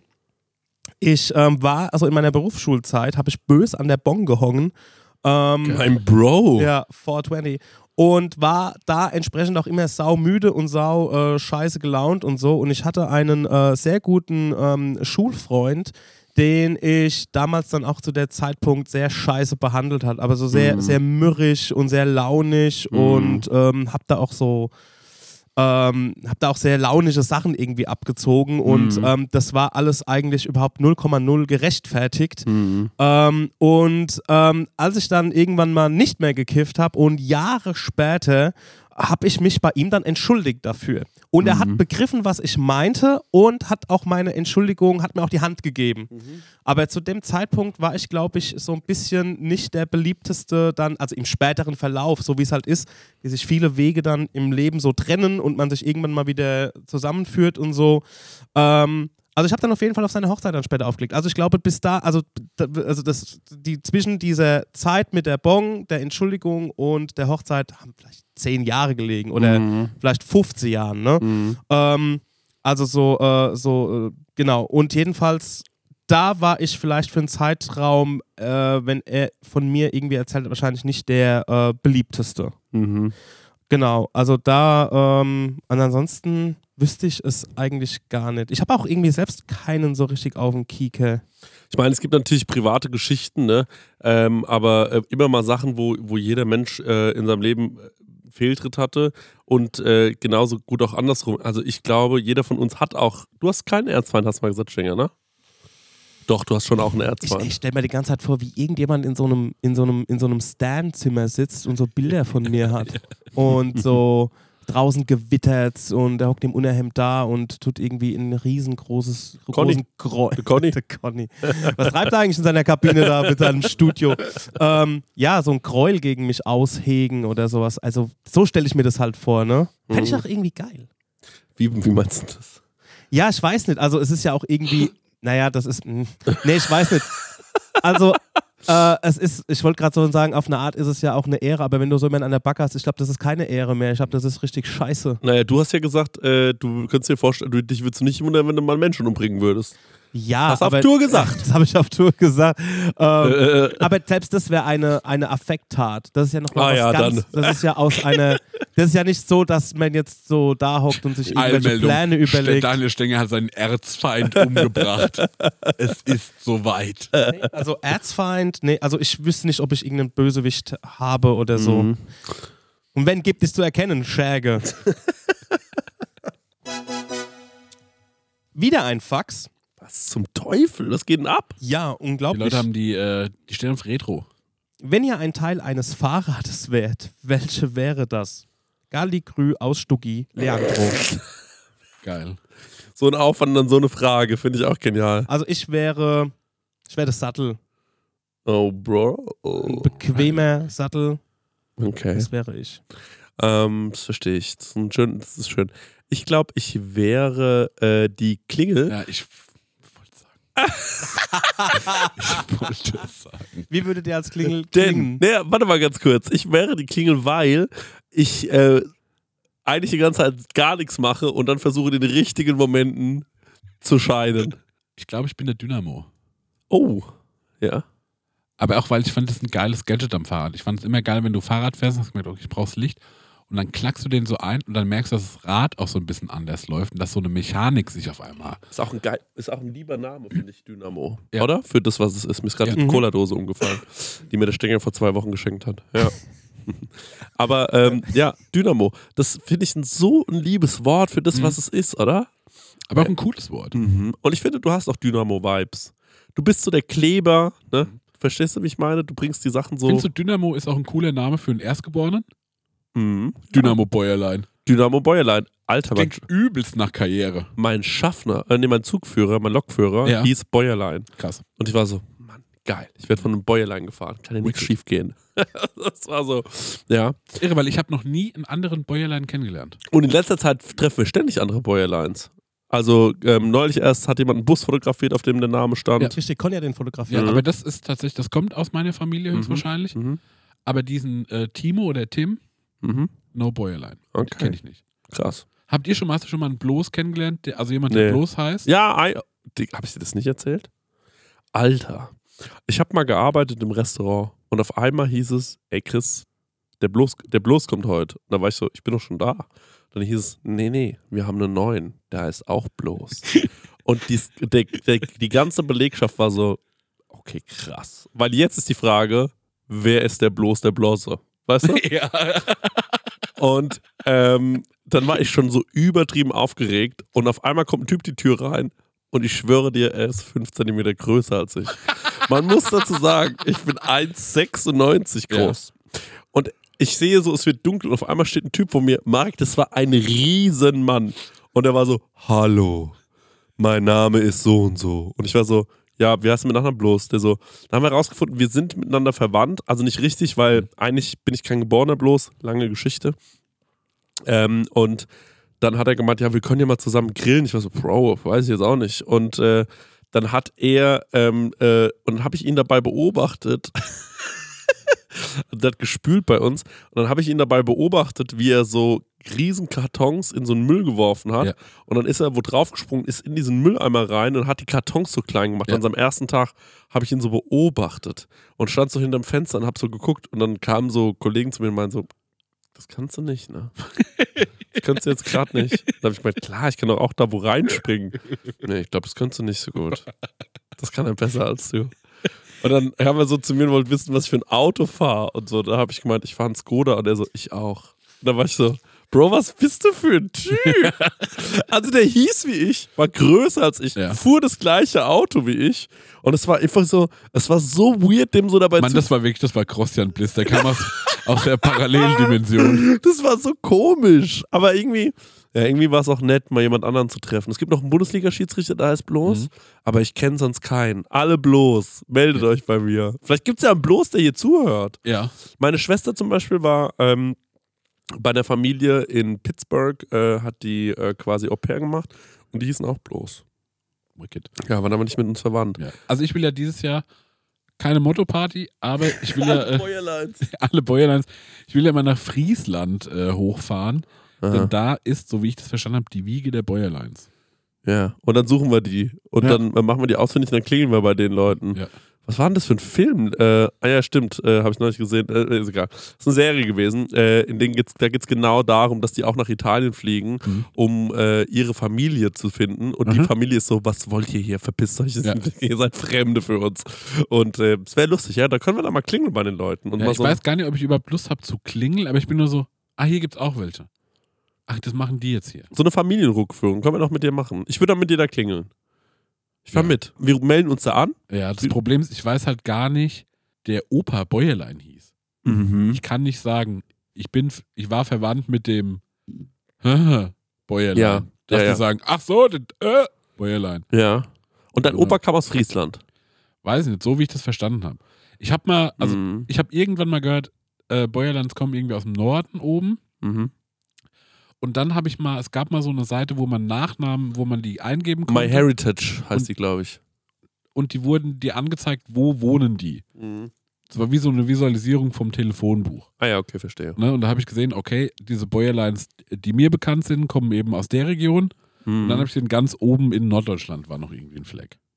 D: Ich ähm, war, also in meiner Berufsschulzeit, habe ich bös an der Bon gehongen. Ähm,
C: Mein Bro.
D: ja, 420. Und war da entsprechend auch immer saumüde und sau äh, scheiße gelaunt und so. Und ich hatte einen äh, sehr guten ähm, Schulfreund, den ich damals dann auch zu der Zeitpunkt sehr scheiße behandelt hat. Aber so sehr, sehr mürrisch und sehr launisch und ähm, hab da auch so ähm, habe da auch sehr launische Sachen irgendwie abgezogen und ähm, das war alles eigentlich überhaupt 0,0 gerechtfertigt. Ähm, und ähm, als ich dann irgendwann mal nicht mehr gekifft habe und Jahre später habe ich mich bei ihm dann entschuldigt dafür. Und er hat begriffen, was ich meinte und hat auch meine Entschuldigung, hat mir auch die Hand gegeben. Aber zu dem Zeitpunkt war ich, glaube ich, so ein bisschen nicht der beliebteste dann, also im späteren Verlauf, so wie es halt ist, wie sich viele Wege dann im Leben so trennen und man sich irgendwann mal wieder zusammenführt und so. Ähm, also ich habe dann auf jeden Fall auf seine Hochzeit dann später aufgelegt. Also ich glaube, bis da, also, da- also das, die zwischen dieser Zeit mit der Bon, der Entschuldigung und der Hochzeit haben vielleicht zehn Jahre gelegen oder vielleicht 15 Jahren, ne? Ähm, also so, äh, so, äh, genau. Und jedenfalls, da war ich vielleicht für einen Zeitraum, äh, wenn er von mir irgendwie erzählt, hat, wahrscheinlich nicht der äh, beliebteste.
C: Mhm.
D: Genau, also da, ähm, und ansonsten wüsste ich es eigentlich gar nicht. Ich habe auch irgendwie selbst keinen so richtig auf dem Kieker.
C: Ich meine, es gibt natürlich private Geschichten, ne? ähm, aber äh, immer mal Sachen, wo, wo jeder Mensch äh, in seinem Leben äh, Fehltritt hatte und äh, genauso gut auch andersrum. Also ich glaube, jeder von uns hat auch, du hast keinen Erzfeind, hast du mal gesagt, Schenger, ne? Doch, du hast schon auch einen
D: Ich,
C: Erzfeind.
D: ich stelle mir die ganze Zeit vor, wie irgendjemand in so einem, in so einem, in so einem Stand-Zimmer sitzt und so Bilder von mir hat. und so draußen gewittert und er hockt im Unerhemd da und tut irgendwie ein riesengroßes
C: Conny.
D: großen Kreuz.
C: Der Conny.
D: Der Conny. Was treibt er eigentlich in seiner Kabine da mit seinem Studio? Ähm, ja, so ein Gräuel gegen mich aushegen oder sowas. Also so stelle ich mir das halt vor, ne? Fände ich auch irgendwie geil.
C: Wie, wie meinst du das?
D: Ja, ich weiß nicht. Also es ist ja auch irgendwie, naja, das ist, mh. nee, ich weiß nicht. Also äh, es ist, ich wollte gerade so sagen, auf eine Art ist es ja auch eine Ehre, aber wenn du so jemanden an der Backe hast, ich glaube, das ist keine Ehre mehr. Ich glaube, das ist richtig scheiße.
C: Naja, du hast ja gesagt, äh, du könntest dir vorstellen, du, dich würdest du nicht wundern, wenn du mal einen Menschen umbringen würdest.
D: Ja,
C: Hast du auf
D: aber,
C: Tour gesagt.
D: Das habe ich auf Tour gesagt. Ähm,
C: Äh, äh,
D: aber selbst das wäre eine, eine Affekttat. Das ist ja noch mal
C: Ah
D: was
C: ja,
D: ganz.
C: dann.
D: Das ist ja aus einer. Das ist ja nicht so, dass man jetzt so da hockt und sich irgendwelche
B: Eilmeldung.
D: Pläne überlegt.
B: Daniel Stenger hat seinen Erzfeind umgebracht. es ist soweit.
D: Also Erzfeind, nee, also ich wüsste nicht, ob ich irgendeinen Bösewicht habe oder so.
B: Mhm.
D: Und wenn, gibt es zu erkennen, Schäge. Wieder ein Fax.
C: was zum Teufel? Das geht denn ab?
D: Ja,
B: Die
D: unglaublich.
B: Leute haben die, äh, die stehen auf Retro.
D: Wenn ihr ein Teil eines Fahrrades wärt, welche wäre das? Galligrü aus Stuggi, Leandro.
B: Geil.
C: So ein Aufwand, dann so eine Frage, finde ich auch genial.
D: Also ich wäre, ich wäre das Sattel.
C: Oh, Bro.
D: Ein
C: Oh.
D: bequemer Sattel,
C: Okay.
D: das wäre ich.
C: Ähm, das verstehe ich. Das ist, ein schön, das ist schön. Ich glaube, ich wäre äh, die Klingel.
B: Ja, ich wollte sagen. ich wollte sagen.
D: Wie würdet ihr als Klingel
C: Denn,
D: klingen?
C: naja, warte mal ganz kurz. Ich wäre die Klingel, weil ich äh, eigentlich die ganze Zeit gar nichts mache und dann versuche, in den richtigen Momenten zu scheinen.
B: Ich glaube, ich bin der Dynamo.
C: Oh. Ja.
B: Aber auch, weil ich fand, das ist ein geiles Gadget am Fahrrad. Ich fand es immer geil, wenn du Fahrrad fährst und hast gemerkt, okay, ich brauch's Licht. Und dann klackst du den so ein und dann merkst du, dass das Rad auch so ein bisschen anders läuft und dass so eine Mechanik sich auf einmal.
C: Ist auch ein, geil, ist auch ein lieber Name, finde ich, Dynamo.
B: Ja.
C: Oder? Für das, was es ist. Mir ist gerade
B: Ja. Mhm.
C: die Cola-Dose umgefallen, die mir der Stenger vor zwei Wochen geschenkt hat. Ja. Aber ähm, ja, Dynamo, das finde ich ein, so ein liebes Wort für das,
B: Mhm.
C: was es ist, oder?
B: Aber auch ein cooles Wort.
C: Und ich finde, du hast auch Dynamo-Vibes. Du bist so der Kleber, ne? Verstehst du, wie ich meine? Du bringst die Sachen so.
B: Findest du, Dynamo ist auch ein cooler Name für einen Erstgeborenen?
C: Mhm.
B: Dynamo Bäuerlein.
C: Dynamo Bäuerlein. Alter, mein,
B: Klingt übelst nach Karriere.
C: mein Schaffner, äh, nee, mein Zugführer, mein Lokführer
B: Ja.
C: hieß Bäuerlein.
B: Krass.
C: Und ich war so, Mann, geil. Ich werde von einem Bäuerlein gefahren. Kann ja nichts
B: Wicked.
C: schief gehen. das war so, ja.
B: Irre, weil ich habe noch nie einen anderen Bäuerlein kennengelernt.
C: Und in letzter Zeit treffen wir ständig andere Bäuerleins. Also ähm, neulich erst hat jemand einen Bus fotografiert, auf dem der Name stand.
D: Richtig, Conny hat den
B: Ja,
D: fotografiert.
B: aber das ist tatsächlich, das kommt aus meiner Familie höchstwahrscheinlich.
C: Mhm.
B: Aber diesen äh, Timo oder Tim,
C: Mhm.
B: no Bäuerlein.
C: Okay.
B: Kenne ich nicht.
C: Krass.
B: Habt ihr schon mal, hast du schon mal einen Bloß kennengelernt? Der, also jemand, der
C: Nee.
B: Bloß heißt?
C: Ja, habe ich dir das nicht erzählt? Alter. Ich habe mal gearbeitet im Restaurant und auf einmal hieß es, ey Chris, der bloß, der bloß kommt heute. Und da war ich so, ich bin doch schon da. Dann hieß es, nee, nee, wir haben einen neuen, der heißt auch bloß. und dies, der, der, die ganze Belegschaft war so, okay, krass. Weil jetzt ist die Frage, wer ist der bloß der Blose? Weißt du? Und ähm, dann war ich schon so übertrieben aufgeregt und auf einmal kommt ein Typ die Tür rein und ich schwöre dir, er ist 5 cm größer als ich. Man muss dazu sagen, ich bin 1,96 groß. Und ich sehe so, es wird dunkel und auf einmal steht ein Typ vor mir. Marc, das war ein Riesenmann. Und er war so, hallo, mein Name ist so und so. Und ich war so, ja, wie heißt du mit Nachnamen bloß? Der so, da haben wir herausgefunden, wir sind miteinander verwandt. Also nicht richtig, weil eigentlich bin ich kein Geborener bloß. Lange Geschichte. Ähm, und dann hat er gemeint, ja, wir können ja mal zusammen grillen. Ich war so, Bro, weiß ich jetzt auch nicht. Und äh, dann hat er, ähm, äh, und habe ich ihn dabei beobachtet, und der hat gespült bei uns, und dann habe ich ihn dabei beobachtet, wie er so riesen Kartons in so einen Müll geworfen hat.
B: Ja.
C: Und dann ist er wo draufgesprungen, ist in diesen Mülleimer rein und hat die Kartons so klein gemacht.
B: Ja.
C: An seinem ersten Tag habe ich ihn so beobachtet und stand so hinterm Fenster und habe so geguckt. Und dann kamen so Kollegen zu mir und meinten so, das kannst du nicht, ne? Das kannst du jetzt gerade nicht. Da habe ich gemeint, klar, ich kann doch auch da wo reinspringen. Nee, ich glaube, das kannst du nicht so gut. Das kann er besser als du. Und dann haben wir so zu mir und wollt wissen, was ich für ein Auto fahre und so. Da habe ich gemeint, ich fahre einen Skoda und er so, ich auch. Und da war ich so, Bro, was bist du für ein Typ? Also der hieß wie ich, war größer als ich,
B: Ja.
C: fuhr das gleiche Auto wie ich und es war einfach so, es war so weird, dem so dabei
B: Mann,
C: zu
B: das war wirklich, das war Christian Bliss, der kam aus, aus der Paralleldimension.
C: Das war so komisch. Aber irgendwie, ja, irgendwie war es auch nett, mal jemand anderen zu treffen. Es gibt noch einen Bundesliga-Schiedsrichter, der heißt
B: Mhm.
C: bloß, aber ich kenne sonst keinen. Alle bloß. Meldet euch bei mir. Vielleicht gibt es ja einen bloß, der hier zuhört.
B: Ja.
C: Meine Schwester zum Beispiel war ähm, bei der Familie in Pittsburgh, äh, hat die äh, quasi Au pair gemacht und die hießen auch bloß.
B: Wicked.
C: Ja, waren aber nicht mit uns verwandt.
B: Ja. Also ich will ja dieses Jahr keine Motto-Party, aber ich will ja äh, alle Bäuerleins, ich will ja mal nach Friesland äh, hochfahren,
C: Aha.
B: denn da ist, so wie ich das verstanden habe, die Wiege der Bäuerleins.
C: Ja, und dann suchen wir die. Und
B: Ja.
C: dann äh, machen wir die ausfindig und dann klingeln wir bei den Leuten.
B: Ja.
C: Was war denn das für ein Film? Äh, ah ja, stimmt, äh, habe ich neulich gesehen. Äh, ist egal. ist eine Serie gewesen. Äh, in denen geht's, da geht es genau darum, dass die auch nach Italien fliegen,
B: Mhm.
C: um äh, ihre Familie zu finden. Und die
B: Mhm.
C: Familie ist so, was wollt ihr hier? Verpisst euch, ihr
B: Ja.
C: seid- ihr seid Fremde für uns. Und äh, es wäre lustig, ja, da können wir da mal klingeln bei den Leuten. Und
B: Ja,
C: mal
B: ich
C: so,
B: weiß gar nicht, ob ich überhaupt Lust habe zu klingeln, aber ich bin nur so, ah, hier gibt's auch welche. Ach, das machen die jetzt hier.
C: so eine Familienrückführung können wir doch mit dir machen. Ich würde dann mit dir da klingeln. Ich fahr
B: Ja.
C: mit. Wir melden uns da an.
B: Ja, das Problem ist, ich weiß halt gar nicht, der Opa Bäuerlein hieß.
C: Mhm.
B: Ich kann nicht sagen, ich bin, ich war verwandt mit dem Bäuerlein.
C: Ja,
B: Dass
C: ja,
B: die
C: ja.
B: sagen, ach so, das, äh, Bäuerlein.
C: Ja. Und dein
B: Genau.
C: Opa kam aus Friesland.
B: Weiß nicht, so wie ich das verstanden habe. Ich habe mal, also
C: mhm.
B: ich habe irgendwann mal gehört, äh, Bäuerlands kommen irgendwie aus dem Norden oben.
C: Mhm.
B: Und dann habe ich mal, es gab mal so eine Seite, wo man Nachnamen, wo man die eingeben konnte.
C: My Heritage heißt
B: Und-
C: die, glaube ich.
B: und die wurden dir angezeigt, wo wohnen die. Das war wie so eine Visualisierung vom Telefonbuch.
C: Ah ja, okay, verstehe.
B: Ne? Und da habe ich gesehen, okay, diese Bäuerleins, die mir bekannt sind, kommen eben aus der Region. Und dann habe ich den ganz oben in Norddeutschland war noch irgendwie ein Fleck.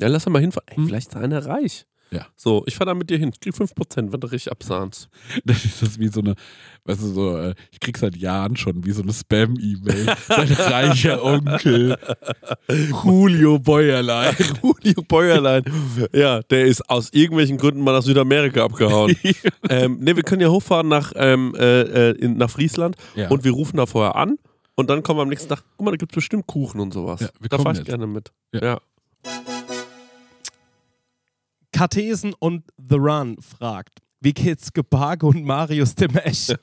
C: Ja, lass doch mal hinfahren. Ey,
B: Mhm.
C: vielleicht ist da einer reich.
B: Ja.
C: So, ich fahre da mit dir hin. Krieg 5%, wenn du richtig absahnst.
B: Das ist das wie so eine, weißt du, so, äh, ich krieg seit Jahren schon wie so eine Spam-E-Mail. Dein reicher Onkel. Julio Bäuerlein.
C: Julio Bäuerlein. Ja, der ist aus irgendwelchen Gründen mal nach Südamerika abgehauen. ähm, ne, wir können ja hochfahren nach, ähm, äh, äh, in, nach Friesland
B: Ja.
C: und wir rufen da vorher an und dann kommen wir am nächsten Tag. Guck mal, da gibt es bestimmt Kuchen und sowas.
B: Ja, wir
C: da
B: kommen
C: fahr ich
B: jetzt.
C: gerne mit.
B: Ja.
C: ja.
D: Cartesen und The Run fragt, wie geht's Geparge und Marius dem Echten?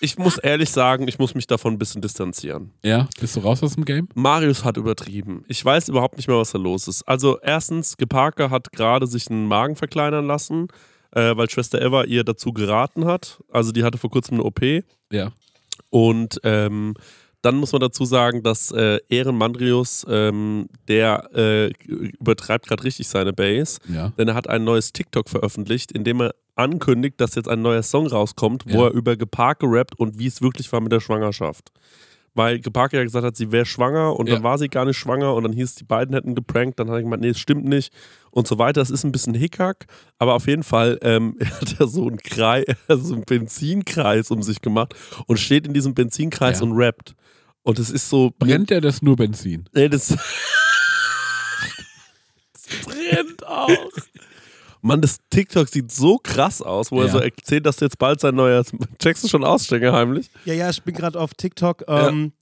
C: Ich muss ehrlich sagen, ich muss mich davon ein bisschen distanzieren.
B: Ja, bist du raus aus dem Game?
C: Marius hat übertrieben. Ich weiß überhaupt nicht mehr, was da los ist. Also erstens, Geparke hat gerade sich einen Magen verkleinern lassen, äh, weil Schwester Eva ihr dazu geraten hat. Also die hatte vor kurzem eine OP.
B: Ja.
C: Und ähm, dann muss man dazu sagen, dass äh, Ehren Mandrius, ähm, der äh, übertreibt gerade richtig seine Base,
B: Ja.
C: denn er hat ein neues TikTok veröffentlicht, in dem er ankündigt, dass jetzt ein neuer Song rauskommt, wo
B: Ja.
C: er über Geparke rappt und wie es wirklich war mit der Schwangerschaft. Weil Geparke ja gesagt hat, sie wäre schwanger und
B: Ja.
C: dann war sie gar nicht schwanger und dann hieß es, die beiden hätten geprankt, dann hat er gemeint, nee, es stimmt nicht und so weiter. Es ist ein bisschen Hickhack, aber auf jeden Fall ähm, hat er so einen, Kreis, so einen Benzinkreis um sich gemacht und steht in diesem Benzinkreis
B: Ja.
C: und rappt. Und es ist so...
B: Brennt er das nur Benzin?
C: Nee, das, das brennt auch. Mann, das TikTok sieht so krass aus, wo er
B: Ja.
C: so erzählt, dass jetzt bald sein neuer... Checkst du schon ausstenger heimlich?
D: ja, ja, ich bin gerade auf TikTok. Ähm,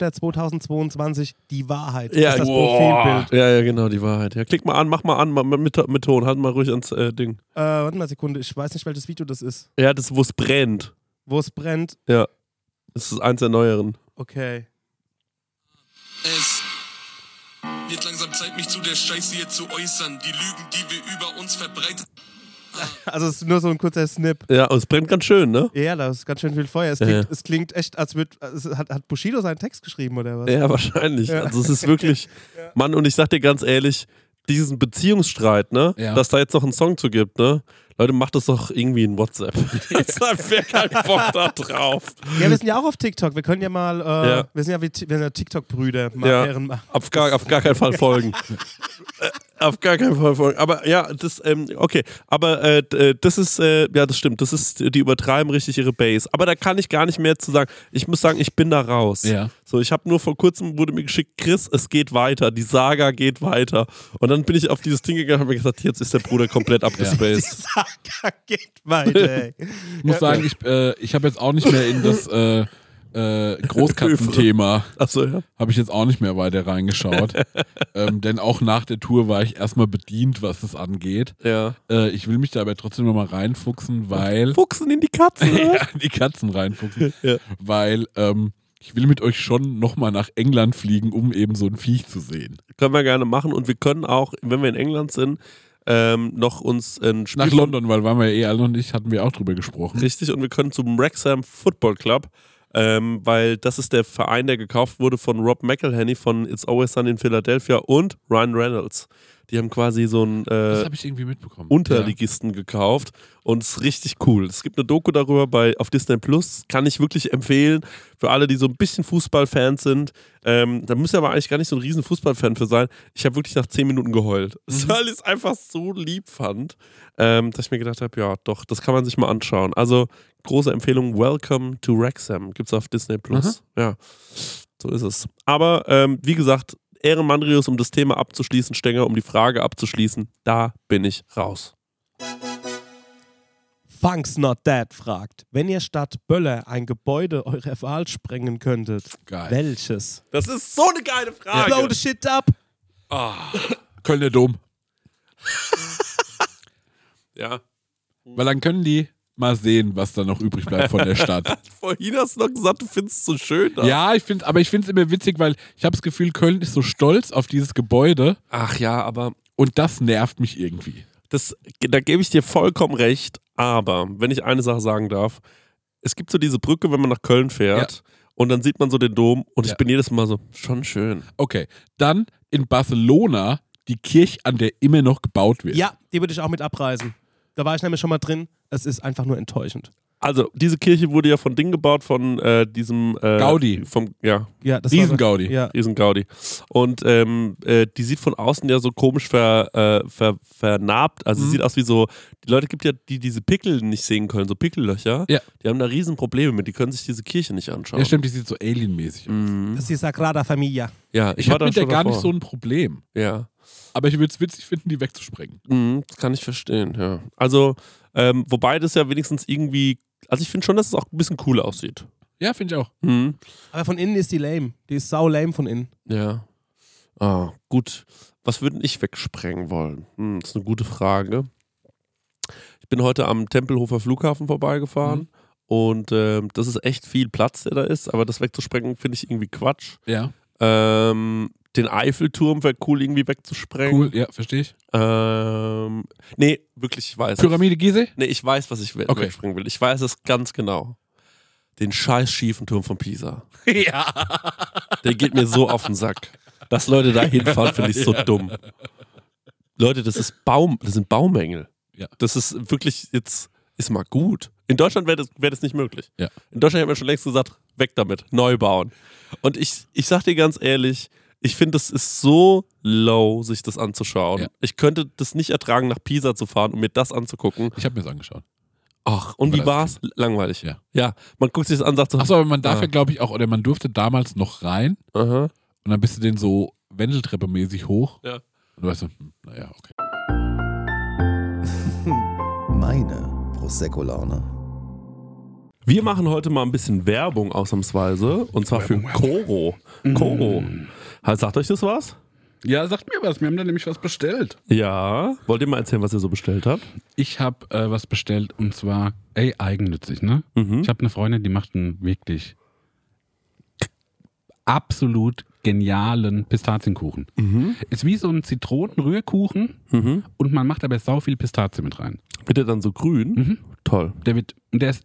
D: 31.12.2022, die Wahrheit.
C: Ja,
D: ist das
B: boah.
D: Profilbild.
C: Ja, ja, genau, die Wahrheit. Ja, klick mal an, mach mal an, mal mit, mit Ton, halt mal ruhig ans äh, Ding.
D: Äh, warte mal Sekunde, ich weiß nicht, welches Video das ist.
C: Ja, das, wo es brennt.
D: Wo es brennt.
C: Das ist eins der neueren.
D: Okay.
F: Es wird langsam Zeit, mich zu der Scheiße hier zu äußern. Die Lügen, die wir über uns verbreitet
D: Also es ist nur so ein kurzer Snip.
C: Ja, und es brennt ganz schön, ne?
D: Ja, da ist ganz schön viel Feuer. Es
C: Ja,
D: klingt,
C: ja.
D: Es klingt echt, als wird. Es hat, hat Bushido seinen Text geschrieben oder was?
C: Ja, wahrscheinlich. Also es ist wirklich, Mann, und ich sag dir ganz ehrlich, diesen Beziehungsstreit, ne?
B: Ja.
C: Dass da jetzt noch einen Song zu gibt, ne? Leute, macht das doch irgendwie in WhatsApp. Jetzt hat wer keinen Bock da drauf.
D: Ja, wir sind ja auch auf TikTok. Wir können ja mal. Äh,
C: Ja.
D: Wir sind ja, wie Ti- wir sind ja TikTok-Brüder. Mal
C: Ja.
D: Ehren machen.
C: Auf gar, auf gar keinen Fall folgen. Äh, auf gar keinen Fall folgen. Aber ja, das, ähm, okay. Aber äh, d- äh, das ist, äh, ja, das stimmt. Das ist, die übertreiben richtig ihre Base. Aber da kann ich gar nicht mehr zu sagen. Ich muss sagen, ich bin da raus.
B: Ja.
C: So, ich habe nur vor kurzem wurde mir geschickt, Chris, es geht weiter, die Saga geht weiter. Und dann bin ich auf dieses Ding gegangen und habe mir gesagt, jetzt ist der Bruder komplett abgespaced.
D: Saga geht weiter, ey.
B: Ich muss sagen, ich, äh, ich habe jetzt auch nicht mehr in das äh, äh, Großkatzenthema.
C: Achso, Also, ja.
B: Habe ich jetzt auch nicht mehr weiter reingeschaut. ähm, denn auch nach der Tour war ich erstmal bedient, was das angeht.
C: ja.
B: Äh, ich will mich dabei trotzdem nochmal reinfuchsen, weil.
C: Fuchsen in die Katze.
B: ja, die Katzen reinfuchsen.
C: Ja.
B: Weil ähm, ich will mit euch schon nochmal nach England fliegen, um eben so ein Viech zu sehen.
C: Können wir gerne machen. Und wir können auch, wenn wir in England sind, ähm, noch uns ein Spiel
B: Nach
C: von-
B: London, weil waren wir ja eh alle noch nicht, hatten wir auch drüber gesprochen.
C: Richtig, und wir können zum Wrexham Football Club, ähm, weil das ist der Verein, der gekauft wurde von Rob McElhenney von It's Always Sun in Philadelphia und Ryan Reynolds. Die haben quasi so einen
B: Das
C: äh,
B: habe ich irgendwie mitbekommen.
C: Unterligisten gekauft und es ist richtig cool. Es gibt eine Doku darüber bei, auf Disney Plus, kann ich wirklich empfehlen für alle, die so ein bisschen Fußballfans sind. Ähm, da müsst ihr aber eigentlich gar nicht so ein riesen Fußballfan für sein. Ich habe wirklich nach 10 Minuten geheult, weil ich es einfach so lieb fand, ähm, dass ich mir gedacht habe, ja doch, das kann man sich mal anschauen. Also große Empfehlung, Welcome to Wrexham, gibt es auf Disney Plus. Ja, so ist es. Aber ähm, wie gesagt, Ehrenmandrius, um das Thema abzuschließen, Stenger, um die Frage abzuschließen, da bin ich raus.
D: Funk's Not Dead fragt, wenn ihr statt Böller ein Gebäude eurer Wahl sprengen könntet,
B: Geil.
D: welches?
C: Das ist so eine geile
G: Ah,
C: Frage.
D: Blow the shit up!
B: Ja. Kölner Dom.
C: Ja.
B: Weil dann können die mal sehen, was da noch übrig bleibt von der Stadt.
C: Vorhin hast du noch gesagt, du findest es so schön. da.
B: ja, ich finde, aber ich finde es immer witzig, weil ich habe das Gefühl, Köln ist so stolz auf dieses Gebäude
C: Ach ja, aber
B: und das nervt mich irgendwie.
C: das, da gebe ich dir vollkommen recht. Aber wenn ich eine Sache sagen darf, es gibt so diese Brücke, wenn man nach Köln fährt und dann sieht man so den Dom und
B: Ja.
C: ich bin jedes Mal so, schon schön.
B: Okay, dann in Barcelona die Kirche, an der immer noch gebaut wird.
D: Ja, die würde ich auch mit abreißen. Da war ich nämlich schon mal drin. Es ist einfach nur enttäuschend.
C: Also, diese Kirche wurde ja von Ding gebaut, von äh, diesem. Äh,
G: Gaudi.
C: Vom, ja,
D: Ja, das
G: Diesen
D: war-
G: Gaudi.
D: Ja.
C: diesen Gaudi. Und ähm, äh, die sieht von außen ja so komisch ver, äh, ver, vernarbt.
G: Mhm.
C: Also, sie sieht aus wie so. Die Leute gibt ja, die diese Pickel nicht sehen können, so Pickellöcher.
G: Ja.
C: Die haben da riesen Probleme mit. Die können sich diese Kirche nicht anschauen. Mhm.
G: Ja, stimmt, die sieht so alienmäßig aus.
D: Das ist die Sagrada Familia.
C: Ja, ich,
G: Ich,
C: war
G: habe
C: da
G: mit der
C: schon
G: gar
C: davor.
G: nicht so ein Problem.
C: Ja.
G: Aber ich würde es witzig finden, die wegzusprengen.
C: Mhm, das kann ich verstehen, ja. Also, ähm, wobei das ja wenigstens irgendwie. Also, ich finde schon, dass es auch ein bisschen cool aussieht.
G: Ja, finde ich auch.
C: Mhm.
D: Aber von innen ist die lame. Die ist sau lame von innen.
C: Ja. Ah, gut. Was würde ich wegsprengen wollen? Hm, das ist eine gute Frage. Ich bin heute am Tempelhofer Flughafen vorbeigefahren und ähm, das ist echt viel Platz, der da ist, aber das wegzusprengen finde ich irgendwie Quatsch.
G: Ja,
C: Ähm, den Eiffelturm wäre cool, irgendwie wegzusprengen.
G: cool, ja, verstehe ich.
C: Ähm, nee, wirklich, ich weiß.
G: Pyramide Gizeh?
C: Nee, ich weiß, was ich we
G: Okay.
C: wegsprengen will. Ich weiß es ganz genau. Den scheiß schiefen Turm von Pisa.
G: Ja.
C: Der geht mir so auf den Sack. Dass Leute da hinfahren, finde ich so dumm. Leute, das ist Baum, das sind Baumängel.
G: Ja.
C: Das ist wirklich jetzt ist mal gut. In Deutschland wäre das, wär das nicht möglich.
G: Ja.
C: In Deutschland hätten wir schon längst gesagt, weg damit, neu bauen. Und ich, ich sag dir ganz ehrlich, ich finde, das ist so low, sich das anzuschauen.
G: Ja.
C: Ich könnte das nicht ertragen, nach Pisa zu fahren, um mir das anzugucken.
G: Ich habe mir das angeschaut.
C: Ach, und
G: Aber
C: wie
G: das
C: war's? Langweilig.
G: Ja.
C: ja. Man guckt sich das an und sagt so,
G: Achso, aber man darf
C: Ah.
G: ja, glaube ich, auch, oder man durfte damals noch rein
C: aha.
G: und dann bist du den so Wendeltreppe-mäßig hoch.
C: Ja.
G: Und du weißt so, hm, naja, okay.
A: Meine Prosecco-Laune.
C: Wir machen heute mal ein bisschen Werbung ausnahmsweise und zwar für Koro. Koro. Ha, Sagt euch das was?
G: Ja, sagt mir was. Wir haben da nämlich was bestellt.
C: Ja. Wollt ihr mal erzählen, was ihr so bestellt habt?
G: Ich habe äh, was bestellt und zwar, ey, eigennützig, ne?
C: Mhm.
G: Ich habe eine Freundin, die macht einen wirklich absolut genialen Pistazienkuchen. Ist wie so ein Zitronenrührkuchen und man macht aber sau viel Pistazie mit rein.
C: Bitte dann so grün. Toll.
G: Der wird, und der ist,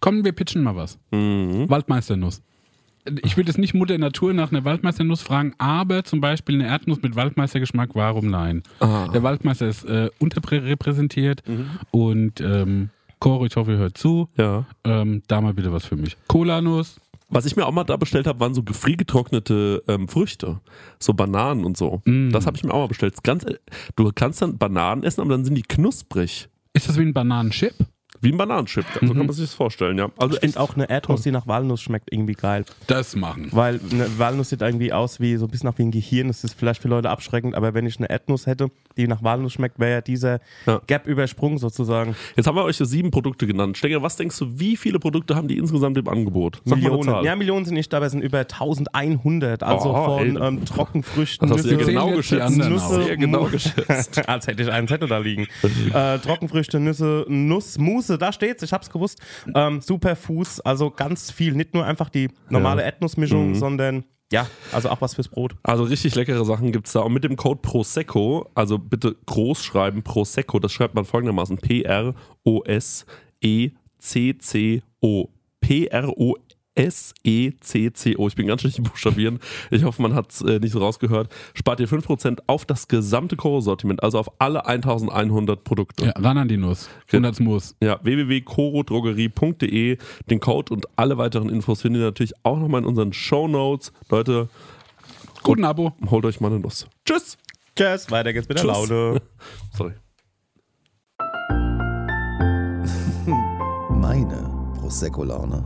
G: Komm, wir pitchen mal was. Waldmeisternuss. ich will jetzt nicht Mutter Natur nach einer Waldmeisternuss fragen, aber zum Beispiel eine Erdnuss mit Waldmeistergeschmack, warum nein? Der Waldmeister ist äh, unterrepräsentiert und ähm, Coro, ich hoffe, ihr hört zu.
C: Ja.
G: Ähm, da mal bitte was für mich. Kolanuss.
C: Was ich mir auch mal da bestellt habe, waren so gefriergetrocknete ähm, Früchte. So Bananen und so.
G: Mm.
C: Das habe ich mir auch mal bestellt. Ist Ganz, du kannst dann Bananen essen, aber dann sind die knusprig.
G: Ist das wie ein Bananenchip?
C: Wie ein Bananenchip. So kann man sich das vorstellen, ja. Also
D: Ich finde auch eine Erdnuss, die nach Walnuss schmeckt, irgendwie geil.
G: Das machen.
D: Weil eine Walnuss sieht irgendwie aus wie so ein bisschen nach wie ein Gehirn. Das ist vielleicht für Leute abschreckend, aber wenn ich eine Erdnuss hätte, die nach Walnuss schmeckt, wäre ja dieser
C: Ja.
D: Gap übersprungen sozusagen.
C: Jetzt haben wir euch ja sieben Produkte genannt. Stenger, was denkst du, wie viele Produkte haben die insgesamt im Angebot? Sag mal eine
D: Millionen.
C: Zahl.
D: Ja, Millionen sind nicht, aber es sind über 1100. Also
C: Oh,
D: von
C: ey.
D: ähm, Trockenfrüchten,
C: Das hast du ja
G: Nüsse
C: genau
G: zählen jetzt die
C: geschätzt.
G: anderen
C: Nüsse,
G: auch.
C: sehr genau
D: Mu-
C: geschätzt.
D: Als hätte ich einen Zettel da liegen. äh, Trockenfrüchte, Nüsse, Nuss, Muße, da steht's, ich hab's gewusst. Ähm, Superfoods, also ganz viel. Nicht nur einfach die normale
C: Mhm.
D: Erdnussmischung, sondern ja, also auch was fürs Brot.
C: Also richtig leckere Sachen gibt es da. Und mit dem Code Prosecco, also bitte groß schreiben, Prosecco, das schreibt man folgendermaßen: E P-R-O-S-E-C-C-O. E P-R-O-S-E-C-C-O. Ich bin ganz schlecht im Buchstabieren. Ich hoffe, man hat es äh, nicht so rausgehört. Spart ihr 5% auf das gesamte Koro-Sortiment, also auf alle 1100 Produkte.
G: Ja, ran an die Nuss. 100 Moos.
C: Ja, www.corodrogerie.de. Den Code und alle weiteren Infos findet ihr natürlich auch nochmal in unseren Show Notes. Leute,
G: Guten Abo.
C: holt euch mal eine Nuss. Tschüss!
D: Tschüss, weiter geht's mit der
C: Tschüss.
D: Laune.
C: Sorry.
A: Meine Prosecco-Laune.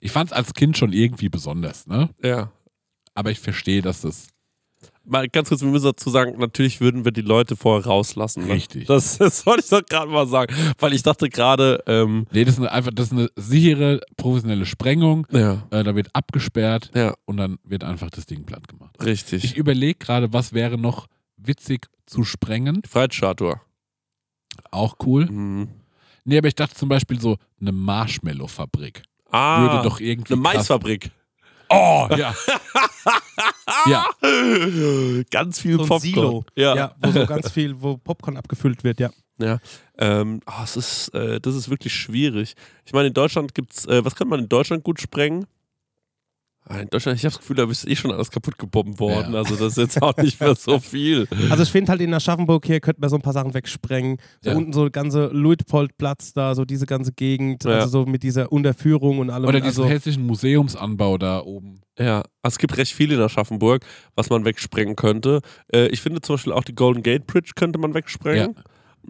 B: Ich fand es als Kind schon irgendwie besonders, ne?
C: Ja.
B: Aber ich verstehe, dass das
C: Mal ganz kurz, wir müssen dazu sagen, natürlich würden wir die Leute vorher rauslassen. Ne?
B: Richtig.
C: Das, das wollte ich doch gerade mal sagen, weil ich dachte gerade, ähm,
B: Nee, das ist eine, einfach das ist eine sichere professionelle Sprengung.
C: ja,
B: Äh, da wird abgesperrt
C: ja,
B: und dann wird einfach das Ding platt gemacht. Ich
C: richtig.
B: überlege gerade, was wäre noch witzig zu sprengen.
C: Freiheitsstatue.
B: Auch cool.
C: Mhm.
B: Nee, aber ich dachte zum Beispiel so eine Marshmallow-Fabrik.
C: Ah,
B: Würde doch irgendwie
C: eine
B: krass-
C: Maisfabrik.
B: Oh, ja. ja,
C: Ganz viel
D: So ein
C: Popcorn.
D: Silo.
C: Ja.
D: Ja, wo so ganz viel, wo Popcorn abgefüllt wird, ja.
C: Ja, ähm, ah, es ist, äh, das ist wirklich schwierig. Ich meine, in Deutschland gibt's, äh, was kann man in Deutschland gut sprengen? Ah, In Deutschland, ich habe das Gefühl, da ist eh schon alles kaputt gebombt worden.
B: Ja.
C: Also das ist jetzt auch nicht mehr so viel.
D: Also ich finde halt in Aschaffenburg hier könnten wir so ein paar Sachen wegsprengen. So
B: Ja.
D: unten so der ganze Luitpoldplatz da, so diese ganze Gegend,
C: Ja.
D: also so mit dieser Unterführung und allem.
B: oder diesen
D: also,
B: hessischen Museumsanbau da oben.
C: Ja, also es gibt recht viel in Aschaffenburg, was man wegsprengen könnte. Äh, ich finde zum Beispiel auch die Golden Gate Bridge könnte man wegsprengen.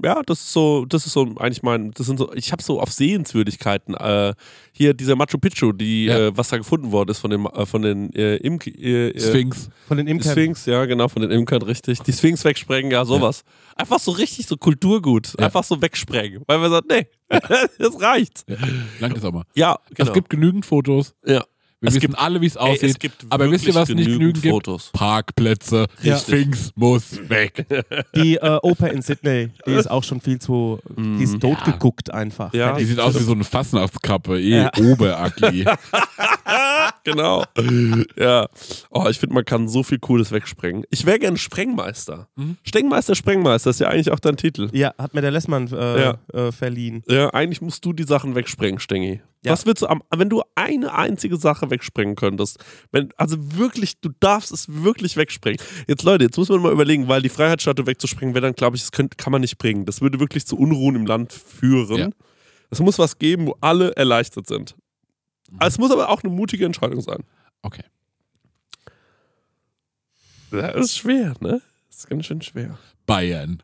C: Ja. das ist so, das ist so eigentlich mein, das sind so, ich habe so auf Sehenswürdigkeiten. Äh, hier dieser Machu Picchu, die,
B: Ja.
C: äh, was da gefunden worden ist von dem, äh, von den äh, Imk, äh, äh,
B: Sphinx.
D: von den
C: Die
D: Imkern.
C: Sphinx, ja, genau, von den Imkern, richtig. Die Sphinx wegsprengen, ja, sowas. Einfach so richtig so Kulturgut. Einfach so wegsprengen. Weil man sagt, nee, das reicht.
B: Ja. Lang ist auch mal.
C: Ja, genau.
B: Es gibt genügend Fotos.
C: ja.
B: Wir
C: Es
B: wissen
C: gibt-
B: alle, wie es aussieht.
C: es gibt
B: aber wisst ihr, was
C: wirklich
B: nicht genügend
C: genügend
B: gibt?
C: Fotos.
B: Parkplätze.
D: Ja.
B: Sphinx muss weg.
D: Die äh, Oper in Sydney, die ist auch schon viel zu, die
B: Mm.
D: ist totgeguckt einfach.
C: Ja.
B: Die
D: Fertig.
B: sieht aus wie so eine Fastnachtskappe. Eh, Oberagli.
C: Genau. ja. Oh, ich finde, man kann so viel Cooles wegsprengen. Ich wäre gern Sprengmeister.
B: Mhm.
C: Stengmeister, Sprengmeister ist ja eigentlich auch dein Titel.
D: Ja, hat mir der Lessmann äh,
C: Ja.
D: äh, verliehen.
C: Ja, eigentlich musst du die Sachen wegsprengen, Stengi.
D: Ja.
C: Was würdest du am, wenn du eine einzige Sache wegsprengen könntest? Wenn, also wirklich, du darfst es wirklich wegsprengen. Jetzt Leute, jetzt muss man mal überlegen, weil die Freiheitsstatue wegzusprengen wäre dann, glaube ich, das könnt, kann man nicht bringen. Das würde wirklich zu Unruhen im Land führen.
B: Ja.
C: Es muss was geben, wo alle erleichtert sind. Es muss aber auch eine mutige Entscheidung sein.
B: Okay.
C: Das ist schwer, ne? Das ist ganz schön schwer.
B: Bayern.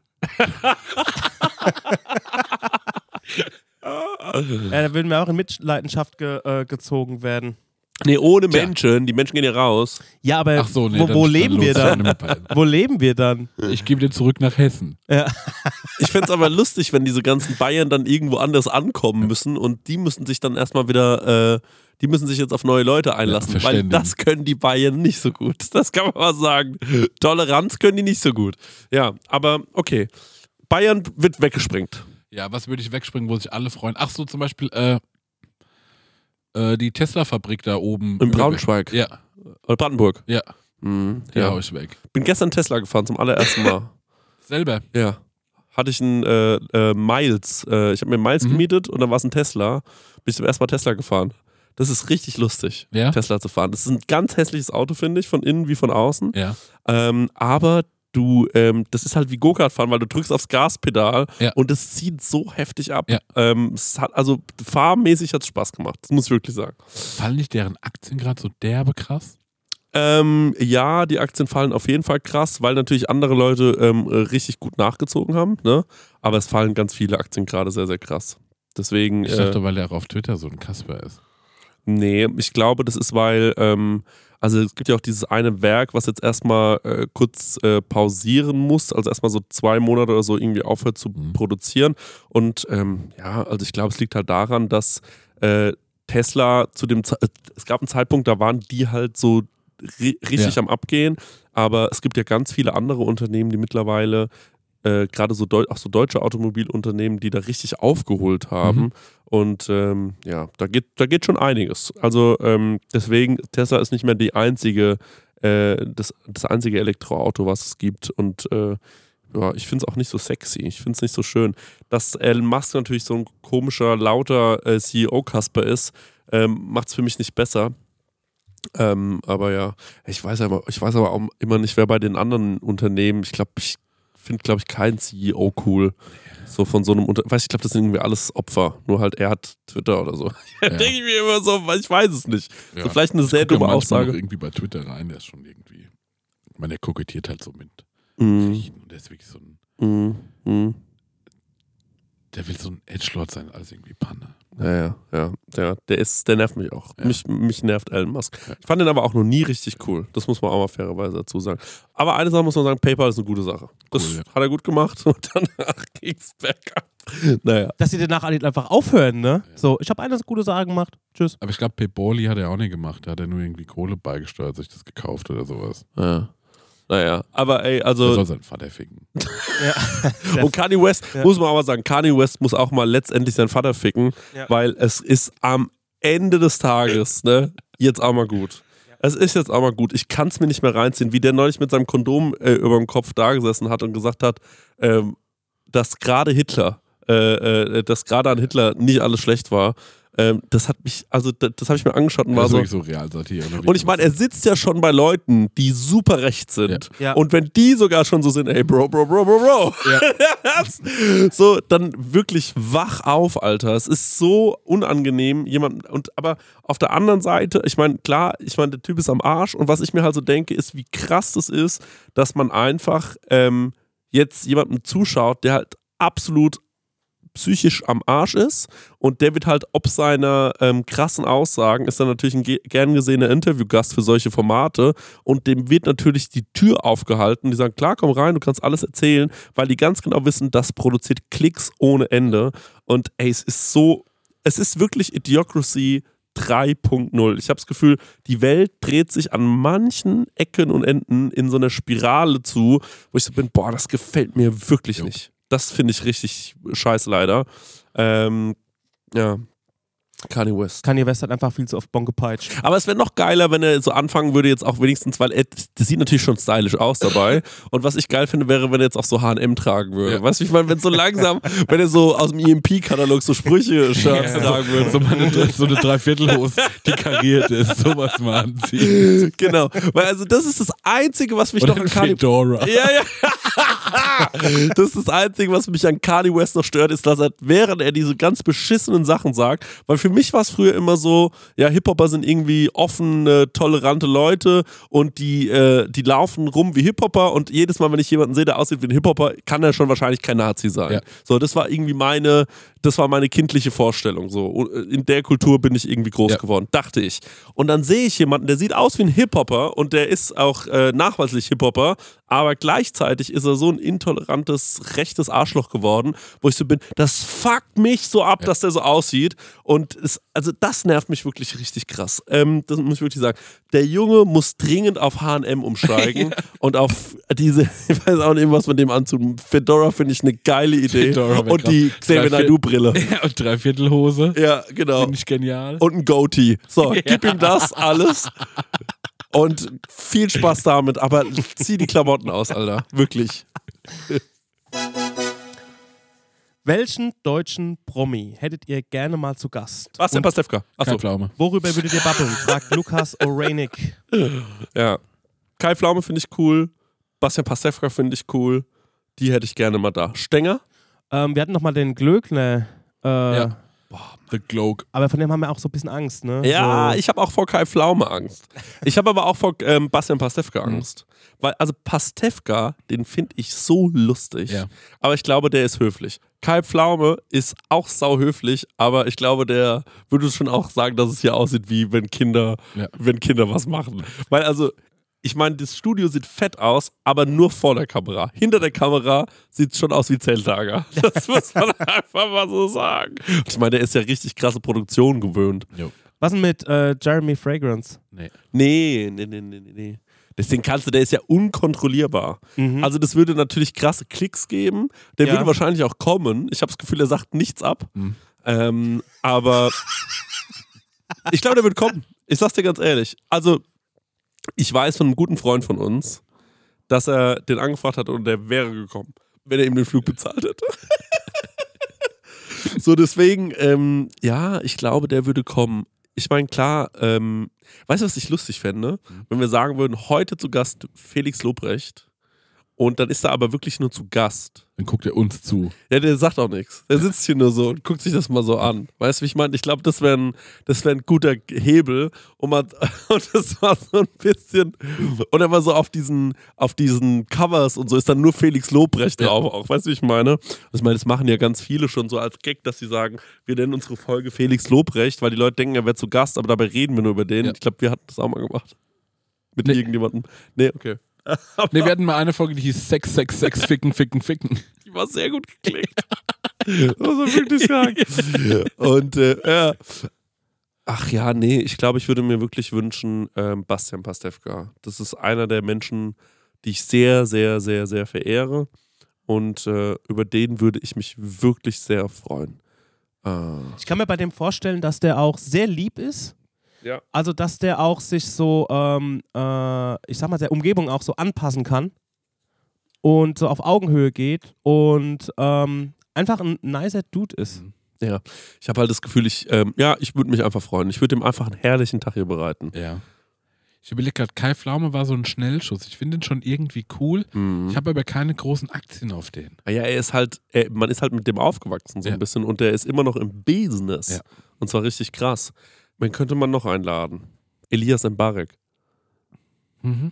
D: Ja, da würden wir auch in Mitleidenschaft ge, äh, gezogen werden.
C: Nee, ohne
B: Tja.
C: Menschen. Die Menschen gehen ja raus.
D: Ja, aber
B: Ach so, nee,
D: wo,
B: dann-
D: wo
B: dann
D: leben wir
B: lohnt's sich
D: dann?
B: nicht mehr Bayern.
D: Wo leben wir dann?
B: Ich gebe dir zurück nach Hessen.
C: Ich fände es aber lustig, wenn diese ganzen Bayern dann irgendwo anders ankommen müssen und die müssen sich dann erstmal wieder, äh, die müssen sich jetzt auf neue Leute einlassen,
B: Ja,
C: weil
B: verständigen.
C: das können die Bayern nicht so gut. Das kann man mal sagen. Toleranz können die nicht so gut. Ja, aber okay. Bayern wird weggesprengt.
B: Ja, was würde ich wegspringen, wo sich alle freuen? Ach so, zum Beispiel äh, äh, die Tesla-Fabrik da oben.
C: In Braunschweig.
B: Ja,
C: Oder Brandenburg.
B: ja,
C: Mhm,
B: die
C: ja.
B: hau ich weg.
C: Bin gestern Tesla gefahren zum allerersten Mal.
B: Selber.
C: ja. hatte ich einen äh, äh, Miles. Äh, ich habe mir einen Miles
G: Mhm.
C: gemietet und dann war es ein Tesla. Bin ich zum ersten Mal Tesla gefahren. Das ist richtig lustig,
G: Ja?
C: Tesla zu fahren. Das ist ein ganz hässliches Auto, finde ich, von innen wie von außen.
G: Ja.
C: Ähm, aber du, ähm, das ist halt wie Go-Kart fahren, weil du drückst aufs Gaspedal
G: Ja.
C: und es zieht so heftig ab.
G: Ja.
C: Ähm, es hat, also fahrmäßig hat es Spaß gemacht, das muss ich wirklich sagen.
G: Fallen nicht deren Aktien gerade so derbe krass?
C: Ähm, ja, die Aktien fallen auf jeden Fall krass, weil natürlich andere Leute ähm, äh, richtig gut nachgezogen haben. Ne? Aber es fallen ganz viele Aktien gerade sehr, sehr krass. Deswegen,
G: Ich
C: äh,
G: dachte, weil er auf Twitter so ein Kasper ist.
C: nee, ich glaube, das ist, weil, ähm, also es gibt ja auch dieses eine Werk, was jetzt erstmal äh, kurz äh, pausieren muss, also erstmal so zwei Monate oder so irgendwie aufhört zu
G: Mhm.
C: produzieren. Und ähm, ja, also ich glaube, es liegt halt daran, dass äh, Tesla zu dem, Ze- äh, es gab einen Zeitpunkt, da waren die halt so ri richtig am Abgehen, aber es gibt ja ganz viele andere Unternehmen, die mittlerweile äh, gerade so, Deu auch so deutsche Automobilunternehmen, die da richtig aufgeholt haben. Und ähm, ja, da geht, da geht schon einiges. Also ähm, deswegen, Tesla ist nicht mehr die einzige, äh, das, das einzige Elektroauto, was es gibt. Und äh, ja, ich finde es auch nicht so sexy. Ich finde es nicht so schön. Dass Elon Musk natürlich so ein komischer, lauter äh, CEO-Kasper ist, ähm, macht es für mich nicht besser. Ähm, aber ja, ich weiß aber, ich weiß aber auch immer nicht, wer bei den anderen Unternehmen, ich glaube, ich finde, glaube ich, keinen CEO cool. So von so einem Unter weiß ich glaube, das sind irgendwie alles Opfer. Nur halt, er hat Twitter oder so. Denke ich mir immer so, weil ich weiß es nicht.
G: Ja.
C: So, vielleicht eine sehr
G: Guck ja
C: dumme
G: manchmal noch
C: Aussage.
G: irgendwie bei Twitter rein, der ist schon irgendwie. Ich meine, der kokettiert halt so mit
C: Mhm.
G: Rechten und der ist wirklich so ein.
C: Mhm. Mhm.
G: Der will so ein Edgelord sein, als irgendwie Panne.
C: Ja, ja, ja, ja. Der, ist, der nervt mich auch.
G: Ja.
C: Mich, mich nervt Elon Musk.
G: Ja.
C: Ich fand den aber auch noch nie richtig cool. Das muss man auch mal fairerweise dazu sagen. Aber eine Sache muss man sagen: PayPal ist eine gute Sache. Das
G: Cool, ja.
C: hat er gut gemacht und danach ging's bergab. Naja.
D: Dass sie danach einfach aufhören, ne? So, ich habe eine gute Sache gemacht. Tschüss.
G: Aber ich glaube, Peboli hat er auch nicht gemacht. Da hat er nur irgendwie Kohle beigesteuert, sich das gekauft oder sowas.
C: Ja. Naja. Aber ey,
G: Der
C: also.
G: soll seinen Vater ficken.
C: Und Kanye West,
D: Ja.
C: muss man aber sagen, Kanye West muss auch mal letztendlich seinen Vater ficken,
D: Ja.
C: weil es ist am Ende des Tages, ne, jetzt auch mal gut. Es ist jetzt auch mal gut. Ich kann es mir nicht mehr reinziehen, wie der neulich mit seinem Kondom äh, über dem Kopf da gesessen hat und gesagt hat, ähm, dass gerade Hitler, äh, äh, dass gerade an Hitler nicht alles schlecht war. Ähm, das hat mich, also das, das habe ich mir angeschaut und war
G: Das ist
C: so,
G: wirklich so Realsatire. ne?
C: und ich meine, er sitzt ja schon bei Leuten, die super rechts sind.
D: Ja. Ja.
C: Und wenn die sogar schon so sind, ey, Bro, Bro, Bro, Bro, Bro. Das- so, dann wirklich wach auf, Alter. Es ist so unangenehm, jemand. Und aber auf der anderen Seite, ich meine, klar, ich meine, der Typ ist am Arsch. Und was ich mir halt so denke, ist, wie krass das ist, dass man einfach ähm, jetzt jemandem zuschaut, der halt absolut psychisch am Arsch ist und der wird halt ob seiner ähm, krassen Aussagen ist er natürlich ein ge gern gesehener Interviewgast für solche Formate und dem wird natürlich die Tür aufgehalten. Die sagen, klar, komm rein, du kannst alles erzählen, weil die ganz genau wissen, das produziert Klicks ohne Ende und ey, es ist so, es ist wirklich Idiocracy 3.0. Ich habe das Gefühl, die Welt dreht sich an manchen Ecken und Enden in so einer Spirale zu, wo ich so bin, boah, das gefällt mir wirklich
G: Jo.
C: nicht. Das finde ich richtig scheiße leider. Ähm, ja. Kanye West.
D: Kanye West hat einfach viel zu oft Bon gepeitscht.
C: Aber es wäre noch geiler, wenn er so anfangen würde, jetzt auch wenigstens, weil er, das sieht natürlich schon stylisch aus dabei. Und was ich geil finde, wäre, wenn er jetzt auch so HM tragen würde.
G: Ja.
C: Weißt du, ich meine, wenn so langsam, wenn er so aus dem EMP-Katalog so Sprüche-Shirts tragen würde.
G: so, meine, so eine Dreiviertelhose, die kariert ist, sowas mal anziehen.
C: Genau. Weil also das ist das Einzige, was mich
G: Oder
C: noch an
G: ein
C: Kanye.
G: Fedora.
C: Ja, ja. Das ist das Einzige, was mich an Kanye West noch stört, ist, dass er, während er diese ganz beschissenen Sachen sagt, weil für mich war es früher immer so, ja, Hip-Hopper sind irgendwie offene, tolerante Leute und die, äh, die laufen rum wie Hip-Hopper und jedes Mal, wenn ich jemanden sehe, der aussieht wie ein Hip-Hopper, kann er schon wahrscheinlich kein Nazi sein.
G: Ja.
C: So, das war irgendwie meine, das war meine kindliche Vorstellung. So, Und äh, in der Kultur bin ich irgendwie groß
G: Ja.
C: geworden, dachte ich. Und dann sehe ich jemanden, der sieht aus wie ein Hip-Hopper und der ist auch äh, nachweislich Hip-Hopper, aber gleichzeitig ist er so ein intolerantes, rechtes Arschloch geworden, wo ich so bin, das fuckt mich so ab, dass der so aussieht. Und es, also das nervt mich wirklich richtig krass. Ähm, das muss ich wirklich sagen. Der Junge muss dringend auf HM umsteigen und auf diese, ich weiß auch nicht, was mit dem anzug. Fedora finde ich eine geile Idee.
G: Fedora wär
C: und
G: krass.
C: die
G: Drei,
C: Xavier
G: vier-
C: Naidu-Brille.
G: Ja, und Dreiviertelhose.
C: Ja, genau.
G: Finde ich genial.
C: Und ein Goatee. So, gib ihm das alles. Und viel Spaß damit, aber zieh die Klamotten aus, Alter. Wirklich.
D: Welchen deutschen Promi hättet ihr gerne mal zu Gast?
C: Was denn,
D: Und
C: Pastewka? Achso,
B: Kein Pflaume.
D: worüber würdet ihr babbeln? fragt Lukas Orenik.
C: ja. Kai Pflaume finde ich cool. Bastian Pastewka finde ich cool. Die hätte ich gerne mal da. Stenger?
D: Ähm, wir hatten nochmal den Glöckner. Äh,
B: Ja. The Gloke.
D: Aber von dem haben wir auch so ein bisschen Angst, ne?
C: Ja,
D: so.
C: ich habe auch vor Kai Pflaume Angst. Ich habe aber auch vor ähm, Bastian Pastewka Angst. Weil, also Pastewka, den finde ich so lustig.
B: Ja.
C: Aber ich glaube, der ist höflich. Kai Pflaume ist auch sauhöflich, aber ich glaube, der würde schon auch sagen, dass es hier aussieht, wie wenn Kinder,
B: Ja.
C: wenn Kinder was machen. Weil also, ich meine, das Studio sieht fett aus, aber nur vor der Kamera. Hinter der Kamera sieht es schon aus wie Zeltlager. Das muss man einfach mal so sagen. Ich meine, der ist ja richtig krasse Produktion gewöhnt.
D: Was denn mit äh, Jeremy Fragrance?
C: Nee, nee, nee, nee, nee, nee. Deswegen kannst du, der ist ja unkontrollierbar.
D: Mhm.
C: Also das würde natürlich krasse Klicks geben. Der
D: Ja.
C: würde wahrscheinlich auch kommen. Ich habe das Gefühl, er sagt nichts ab. Ähm, aber ich glaube, der wird kommen. Ich sag's dir ganz ehrlich. Also ich weiß von einem guten Freund von uns, dass er den angefragt hat und der wäre gekommen, wenn er ihm den Flug bezahlt hätte. so deswegen, ähm, ja, ich glaube, der würde kommen. Ich meine, klar, ähm, weißt du, was ich lustig fände? Wenn wir sagen würden, heute zu Gast Felix Lobrecht und dann ist er aber wirklich nur zu Gast.
B: Dann guckt er uns zu.
C: Ja, der sagt auch nichts. Der sitzt hier nur so und guckt sich das mal so an. Weißt du, wie ich meine? Ich glaube, das wäre ein, das wär ein guter Hebel, um mal, und das war so ein bisschen, und er war so auf diesen, auf diesen Covers und so ist dann nur Felix Lobrecht drauf auch. Weißt du, wie ich meine? Und ich meine, das machen ja ganz viele schon so als Gag, dass sie sagen, wir nennen unsere Folge Felix Lobrecht, weil die Leute denken, er wäre zu Gast, aber dabei reden wir nur über den.
B: Ja.
C: Ich glaube, wir hatten das auch mal gemacht. Mit
B: Nee.
C: irgendjemandem. Nee, okay.
B: Nee, wir hatten mal eine Folge, die hieß Sex, Sex, Sex, Ficken, Ficken, Ficken.
C: Die war sehr gut geklickt. Muss man wirklich sagen. Und äh, ja. Ach ja, nee, ich glaube, ich würde mir wirklich wünschen, ähm, Bastian Pastewka. Das ist einer der Menschen, die ich sehr, sehr, sehr, sehr verehre. Und äh, über den würde ich mich wirklich sehr freuen. Äh,
D: Ich kann mir bei dem vorstellen, dass der auch sehr lieb ist.
C: Ja.
D: Also, dass der auch sich so, ähm, äh, ich sag mal, der Umgebung auch so anpassen kann und so auf Augenhöhe geht und ähm, einfach ein nicer Dude ist.
C: ich habe halt das Gefühl, ich, ähm, ja, ich würde mich einfach freuen. Ich würde ihm einfach einen herrlichen Tag hier bereiten.
B: Ja. Ich überlege gerade, Kai Pflaume war so ein Schnellschuss. Ich finde den schon irgendwie cool.
C: Mhm.
B: Ich habe aber keine großen Aktien auf den.
C: Ah Ja, er ist halt, er, man ist halt mit dem aufgewachsen so
B: Ja.
C: ein bisschen und der ist immer noch im Business.
B: Ja.
C: Und zwar richtig krass. Wen könnte man noch einladen? Elias Mbarek.
B: Mhm.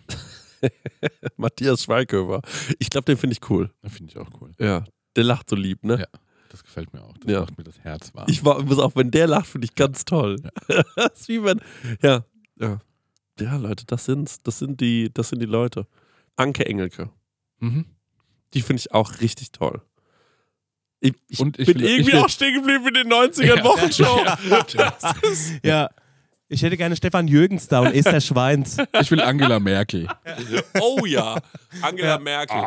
C: Matthias Schweighöfer. Ich glaube, den finde ich cool.
B: Das finde ich auch cool.
C: Ja. Der lacht so lieb, ne?
B: Ja. Das gefällt mir auch. Das
C: Ja.
B: macht mir das Herz warm.
C: Ich war, muss auch, wenn der lacht, finde ich ganz toll. das ist wie wenn, ja, ja. Ja, Leute, das sind's. Das sind die, das sind die Leute. Anke Engelke.
B: mhm.
C: Die finde ich auch richtig toll. Ich, ich
B: Und ich
C: bin
B: will- ich
C: irgendwie
B: will-
C: auch stehen geblieben mit den 90ern Wochenshow.
D: Ja. Ich hätte gerne Stefan Jürgens da und Esther Schweins.
B: Ich will Angela Merkel.
C: Oh ja, Ah. Angela Merkel.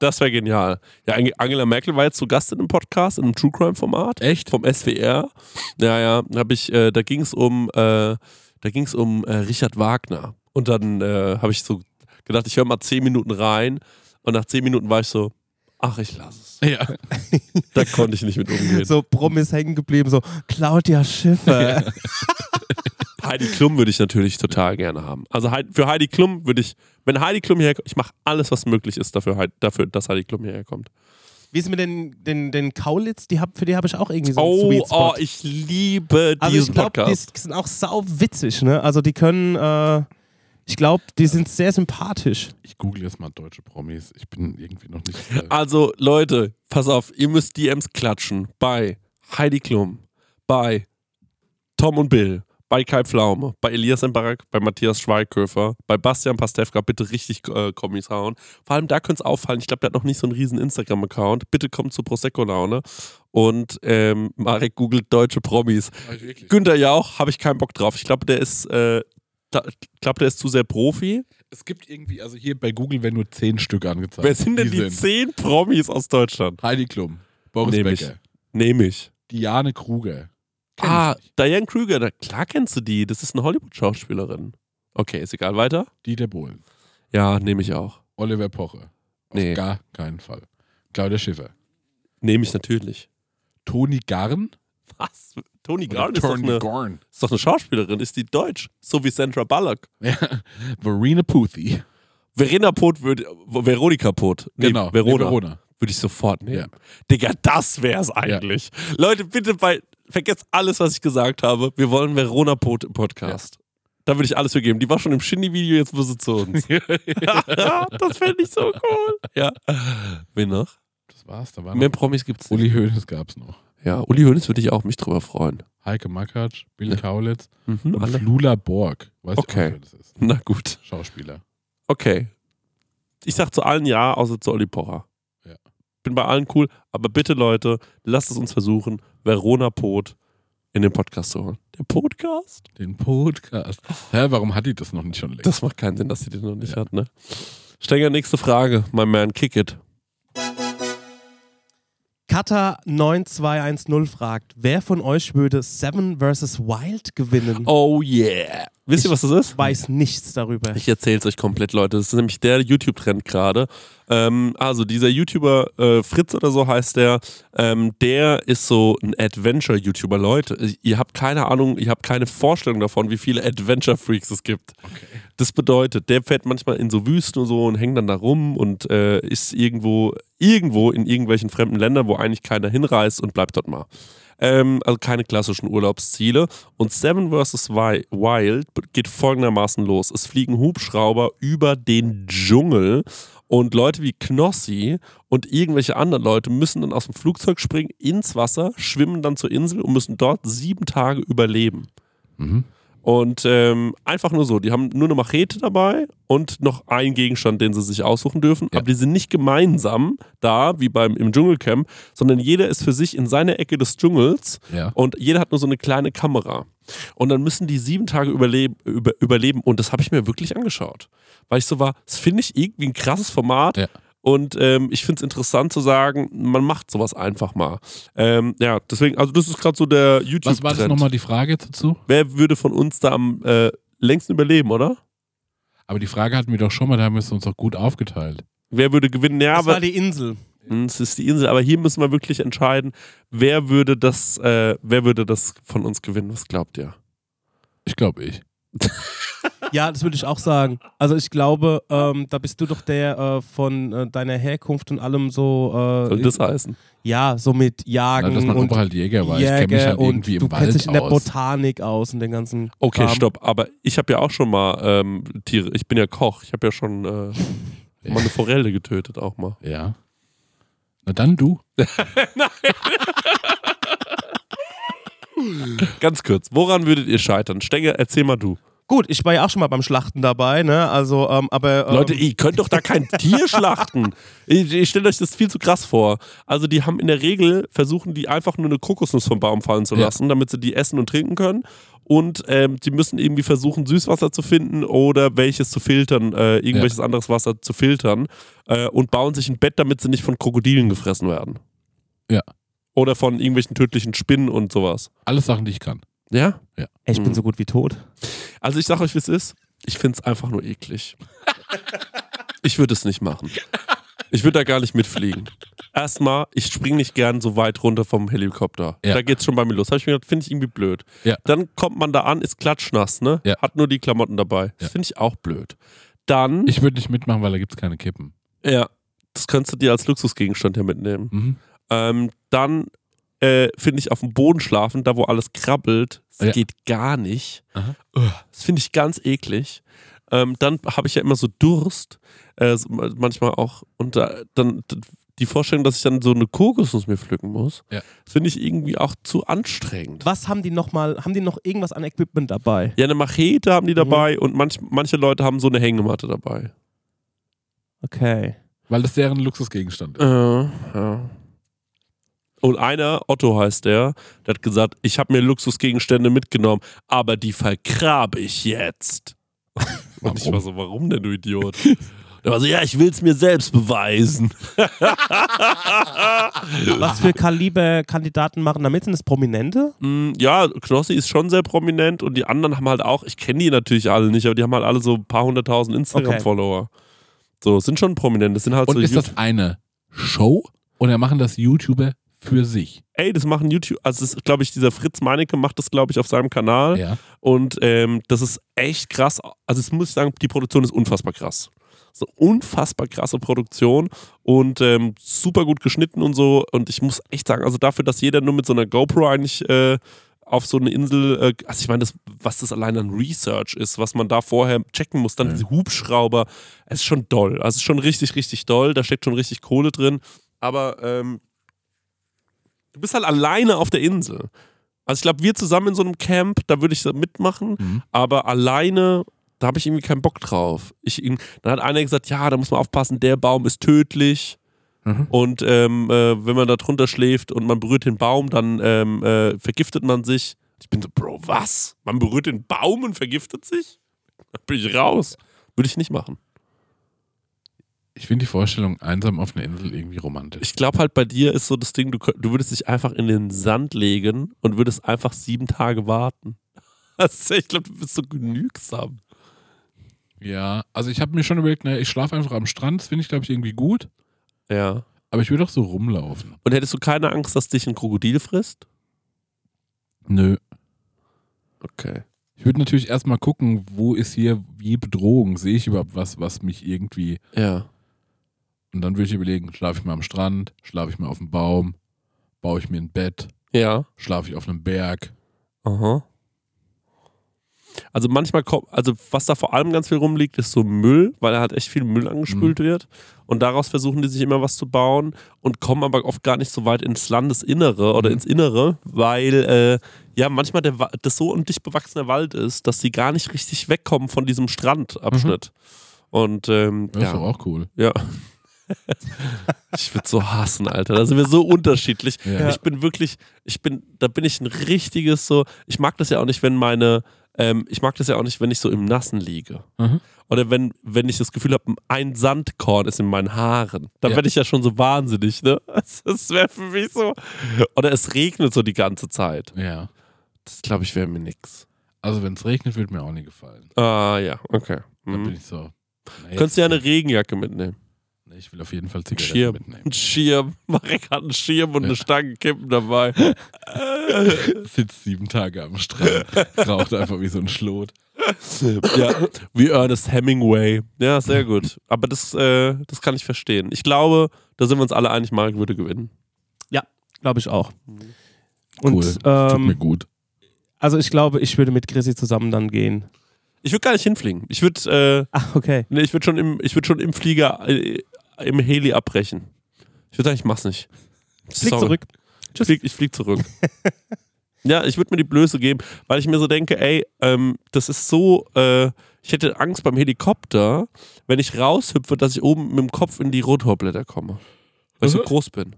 C: Das wäre genial. Ja, Ange- Angela Merkel war jetzt zu Gast in einem Podcast, in einem True Crime Format. Echt? Vom SWR. Ja, ja, hab ich, äh, da ging es um, äh, da ging's um äh, Richard Wagner. Und dann äh, habe ich so gedacht, ich höre mal zehn Minuten rein. Und nach zehn Minuten war ich so, ach, ich lasse es.
B: Ja.
C: Da konnte ich nicht mit umgehen.
D: So Promis hängen geblieben, so Claudia Schiffer.
C: Heidi Klum würde ich natürlich total gerne haben. Also Heid- für Heidi Klum würde ich, wenn Heidi Klum hierher kommt, ich mache alles, was möglich ist dafür, Heid- dafür, dass Heidi Klum hierher kommt.
D: Wie ist es mit den, den, den Kaulitz? Die hab, für die habe ich auch irgendwie so einen
C: Oh,
D: Sweet Spot.
C: oh, ich liebe diesen
D: also ich glaube, die
C: Podcast.
D: s- sind auch sau witzig, ne? Also die können, äh, ich glaube, die sind sehr sympathisch.
B: Ich google jetzt mal deutsche Promis. Ich bin irgendwie noch nicht. Äh,
C: Also, Leute, pass auf, ihr müsst DMs klatschen bei Heidi Klum, bei Tom und Bill, bei Kai Pflaume, bei Elias Mbarak, bei Matthias Schweighöfer, bei Bastian Pastewka, bitte richtig äh, Kommis hauen. Vor allem da könnte es auffallen, ich glaube, der hat noch nicht so einen riesen Instagram-Account. Bitte kommt zu Prosecco-Laune und ähm, Marek googelt deutsche Promis.
B: wirklich.
C: Günther Jauch, habe ich keinen Bock drauf. Ich glaube, der ist... Äh, da- ich glaube, der ist zu sehr Profi.
B: Es gibt irgendwie, also hier bei Google werden nur zehn Stück angezeigt.
C: Wer sind denn die
B: sind
C: zehn Promis aus Deutschland?
B: Heidi Klum, Boris
C: Nehm ich.
B: Becker,
C: Nehme ich.
B: Diane Kruger. Kenn
C: Ah,
B: ich nicht.
C: Diane Krüger, na, klar kennst du die. Das ist eine Hollywood-Schauspielerin. Okay, ist egal. Weiter?
B: Dieter Bohlen,
C: Ja, nehme ich auch.
B: Oliver Poche. Auf
C: Nee.
B: gar keinen Fall. Claudia Schiffer.
C: Nehme ich natürlich.
B: Toni Garn?
C: Was? Toni
B: Oder
C: Garn ist doch,
B: Toni
C: eine,
B: Garn.
C: ist doch eine Schauspielerin, ist die deutsch, so wie Sandra Bullock.
B: Ja. Verena Puthi.
C: Verena Pot würde, Veronika Pot. Nee,
B: Genau.
C: Verona.
B: Nee, Verona.
C: Würde ich sofort nehmen.
B: Ja.
C: Digga, das wär's eigentlich. Leute, bitte bei, vergesst alles, was ich gesagt habe. Wir wollen Verona Pot im Podcast. Da würde ich alles für geben. Die war schon im Shindy-Video, jetzt muss sie zu uns. das fände ich so cool. Ja. Wen noch?
B: Das war's, da war
C: Mehr
B: noch.
C: Promis gibt's nicht.
B: Uli Hoeneß gab's noch.
C: Ja, Uli Hoeneß würde ich auch mich drüber freuen.
B: Heike Makatsch, Bill Kaulitz
C: Mhm,
B: und
C: alle.
B: Flula Borg. Weißt
C: Okay.
B: du, wer das ist?
C: Na gut.
B: Schauspieler.
C: Okay. Ich sag zu allen Ja, außer zu Olli Pocher.
B: Ja.
C: Bin bei allen cool, aber bitte Leute, lasst es uns versuchen, Verona Pot in den Podcast zu holen. Der Podcast?
B: Den Podcast. Hä, warum hat die das noch nicht schon längst?
C: Das macht keinen Sinn, dass sie den noch nicht hat, ne? Stenger, nächste Frage, mein Man, kick it.
D: Kata9210 fragt, wer von euch würde Seven vs. Wild gewinnen?
C: Oh yeah. Wisst ihr, was das ist?
D: Weiß nichts darüber.
C: Ich erzähl's euch komplett, Leute. Das ist nämlich der YouTube-Trend gerade. Ähm, also dieser YouTuber äh, Fritz oder so heißt der. Ähm, der ist so ein Adventure-YouTuber, Leute. Ihr habt keine Ahnung, ihr habt keine Vorstellung davon, wie viele Adventure-Freaks es gibt. Das bedeutet, der fährt manchmal in so Wüsten und so und hängt dann da rum und äh, ist irgendwo, irgendwo in irgendwelchen fremden Ländern, wo eigentlich keiner hinreist und bleibt dort mal. Ähm, also keine klassischen Urlaubsziele. Und Seven vs. Wi- Wild geht folgendermaßen los. Es fliegen Hubschrauber über den Dschungel und Leute wie Knossi und irgendwelche anderen Leute müssen dann aus dem Flugzeug springen, ins Wasser, schwimmen dann zur Insel und müssen dort sieben Tage überleben. Und ähm, einfach nur so. Die haben nur eine Machete dabei und noch einen Gegenstand, den sie sich aussuchen dürfen. Aber die sind nicht gemeinsam da, wie beim im Dschungelcamp, sondern jeder ist für sich in seiner Ecke des Dschungels
B: Ja.
C: und jeder hat nur so eine kleine Kamera. Und dann müssen die sieben Tage überleben. Über, überleben. Und das habe ich mir wirklich angeschaut. Weil ich so war, das finde ich irgendwie ein krasses Format.
B: Ja.
C: Und ähm, ich finde es interessant zu sagen, man macht sowas einfach mal. Ähm, ja, deswegen, also das ist gerade so der youtube
B: Was war das nochmal die Frage dazu?
C: Wer würde von uns da am äh, längsten überleben, oder?
B: Aber die Frage hatten wir doch schon mal, da haben wir es uns doch gut aufgeteilt.
C: Wer würde gewinnen? Ja,
D: das war
C: aber
D: die Insel.
C: Hm, es ist die Insel. Aber hier müssen wir wirklich entscheiden, wer würde das, äh, wer würde das von uns gewinnen? Was glaubt ihr?
B: Ich glaube ich.
D: Ja, das würde ich auch sagen. Also ich glaube, ähm, da bist du doch der äh, von äh, deiner Herkunft und allem so.
C: Soll
D: Äh,
C: das heißen?
D: ja, so mit Jagen
B: Na, dass mein
D: und
B: Opa halt Jäger war. ich kenne mich
D: Jäger
B: halt
D: und
B: irgendwie
D: du
B: im Wald
D: kennst dich in der
B: aus.
D: Botanik aus und den ganzen.
C: Okay,
D: Kram.
C: stopp. Aber ich habe ja auch schon mal ähm, Tiere. Ich bin ja Koch. Ich habe ja schon äh, mal eine Forelle getötet auch mal.
B: Ja. Na dann du.
C: Ganz kurz. Woran würdet ihr scheitern? Stenger, erzähl mal du.
D: Gut, ich war ja auch schon mal beim Schlachten dabei, ne? Also, ähm, aber ähm,
C: Leute, ihr könnt doch da kein Tier schlachten. Ich, ich stelle euch das viel zu krass vor. Also die haben in der Regel, versuchen die einfach nur eine Kokosnuss vom Baum fallen zu
B: Ja.
C: lassen, damit sie die essen und trinken können. Und ähm, die müssen irgendwie versuchen, Süßwasser zu finden oder welches zu filtern, äh, irgendwelches anderes Wasser zu filtern. Äh, und bauen sich ein Bett, damit sie nicht von Krokodilen gefressen werden.
B: Ja.
C: Oder von irgendwelchen tödlichen Spinnen und sowas.
B: Alles Sachen, die ich kann.
C: Ja?
D: ey,
B: Hm.
D: ich bin so gut wie tot.
C: Also ich sag euch, wie es ist. Ich find's einfach nur eklig. Ich würde es nicht machen. Ich würde da gar nicht mitfliegen. Erstmal, ich springe nicht gern so weit runter vom Helikopter.
B: Ja.
C: Da geht's schon bei mir los. Habe ich mir gedacht, finde ich irgendwie blöd.
B: Ja.
C: Dann kommt man da an, ist klatschnass, ne?
B: Ja.
C: Hat nur die Klamotten dabei.
B: Ja.
C: Das finde ich auch blöd. Dann,
B: Ich würde nicht mitmachen, weil da gibt es keine Kippen.
C: ja, das könntest du dir als Luxusgegenstand ja mitnehmen.
B: Mhm.
C: Ähm, dann äh, finde ich auf dem Boden schlafen, da wo alles krabbelt, das
B: Ja.
C: geht gar nicht.
B: Aha.
C: Ugh, Das finde ich ganz eklig. Ähm, dann habe ich ja immer so Durst, äh, so ma- manchmal auch. Und da, dann d- die Vorstellung, dass ich dann so eine Kokosnuss mir pflücken muss,
B: Ja.
C: das finde ich irgendwie auch zu anstrengend.
D: Was haben die nochmal? Haben die noch irgendwas an Equipment dabei?
C: Ja, eine Machete haben die
B: Mhm.
C: dabei und manch, manche Leute haben so eine Hängematte dabei.
D: Okay.
B: Weil das deren Luxusgegenstand ist.
C: Ja, Äh, ja. Und einer, Otto heißt der, der hat gesagt, ich habe mir Luxusgegenstände mitgenommen, aber die vergrabe ich jetzt. Und ich war so, warum denn, du Idiot? Der war so, ja, ich will es mir selbst beweisen.
D: Was für Kaliberkandidaten machen da mit? Sind das Prominente?
C: Mm, Ja, Knossi ist schon sehr prominent und die anderen haben halt auch, ich kenne die natürlich alle nicht, aber die haben halt alle so ein paar hunderttausend Instagram-Follower.
D: Also
C: So, sind schon prominent. Das sind halt
B: Und
C: so
B: ist
C: YouTube-
B: das eine Show oder machen das YouTuber für sich.
C: Ey, das machen YouTube, also das ist, glaube ich, dieser Fritz Meinecke macht das, glaube ich, auf seinem Kanal.
B: Ja.
C: Und ähm, das ist echt krass. Also, das muss ich sagen, die Produktion ist unfassbar krass. So unfassbar krasse Produktion und ähm, super gut geschnitten und so. Und ich muss echt sagen, also dafür, dass jeder nur mit so einer GoPro eigentlich äh, auf so eine Insel, äh, also ich meine, das, was das allein an Research ist, was man da vorher checken muss, dann diese Hubschrauber, es ist schon doll. Also es ist schon richtig, richtig doll. Da steckt schon richtig Kohle drin. Aber ähm, du bist halt alleine auf der Insel. Also ich glaube, wir zusammen in so einem Camp, da würde ich so mitmachen, aber alleine, da habe ich irgendwie keinen Bock drauf. Ich, ihm- dann hat einer gesagt, ja, da muss man aufpassen, der Baum ist tödlich. Und ähm, äh, wenn man da drunter schläft und man berührt den Baum, dann ähm, äh, vergiftet man sich. Ich bin so, Bro, was? Man berührt den Baum und vergiftet sich? Da bin ich raus. Würde ich nicht machen.
B: Ich finde die Vorstellung einsam auf einer Insel irgendwie romantisch.
C: Ich glaube halt, bei dir ist so das Ding, du, kö- du würdest dich einfach in den Sand legen und würdest einfach sieben Tage warten. Das ist, ich glaube, du bist so genügsam.
B: Ja, also ich habe mir schon überlegt, naja, ich schlafe einfach am Strand, das finde ich, glaube ich, irgendwie gut.
C: Ja.
B: Aber ich würde auch so rumlaufen.
C: Und hättest du keine Angst, dass dich ein Krokodil frisst?
B: Nö.
C: Okay.
B: Ich würde natürlich erstmal gucken, wo ist hier wie Bedrohung? Sehe ich überhaupt was, was mich irgendwie.
C: Ja.
B: Und dann würde ich überlegen, schlafe ich mal am Strand, schlafe ich mal auf dem Baum, baue ich mir ein Bett,
C: Ja.
B: schlafe ich auf einem Berg.
C: Aha. Also manchmal kommt, also was da vor allem ganz viel rumliegt, ist so Müll, weil da halt echt viel Müll angespült wird. Und daraus versuchen die sich immer was zu bauen und kommen aber oft gar nicht so weit ins Landesinnere oder ins Innere, weil äh, ja manchmal der, Wa- das so ein dicht bewachsener Wald ist, dass sie gar nicht richtig wegkommen von diesem Strandabschnitt. Und ähm,
B: Das ist doch
C: ja,
B: auch cool.
C: ja. ich würde so hassen, Alter. Da sind wir so unterschiedlich.
B: Ja.
C: Ich bin wirklich, ich bin, da bin ich ein richtiges so. Ich mag das ja auch nicht, wenn meine, ähm, ich mag das ja auch nicht, wenn ich so im Nassen liege.
B: Mhm.
C: Oder wenn, wenn ich das Gefühl habe, ein Sandkorn ist in meinen Haaren. Dann
B: Ja.
C: werde ich ja schon so wahnsinnig, ne? Das wäre für mich so. Oder es regnet so die ganze Zeit.
B: Ja.
C: Das glaube ich wäre mir nix.
B: Also wenn es regnet, würde mir auch nicht gefallen.
C: Ah ja, okay.
B: Dann bin
C: Mhm.
B: ich so. na, jetzt-
C: Könntest du ja eine Regenjacke mitnehmen.
B: Nee, Ich will auf jeden Fall Zigaretten
C: Schirm.
B: mitnehmen.
C: Ein Schirm. Marek hat einen Schirm und eine Stange Kippen dabei.
B: Sitzt sieben Tage am Strand, raucht einfach wie so ein Schlot.
C: ja, wie Ernest Hemingway. Ja, sehr gut. Aber das, äh, das kann ich verstehen. Ich glaube, da sind wir uns alle einig, Marek würde gewinnen.
D: Glaube ich auch. Und,
B: Cool. das tut mir
D: ähm,
B: gut.
D: also ich glaube, ich würde mit Chrissy zusammen dann gehen.
C: Ich würde gar nicht hinfliegen. Ich würde äh,
D: Ach, okay.
C: nee, ich würd schon, im- ich würd schon im Flieger, äh, im Heli abbrechen. Ich würde sagen, ich mach's nicht.
D: Flieg
C: Sorry.
D: zurück.
C: Ich flieg, ich flieg zurück. ja, ich würde mir die Blöße geben, weil ich mir so denke, ey, ähm, das ist so, äh, ich hätte Angst beim Helikopter, wenn ich raushüpfe, dass ich oben mit dem Kopf in die Rotorblätter komme. Weil ich so groß bin.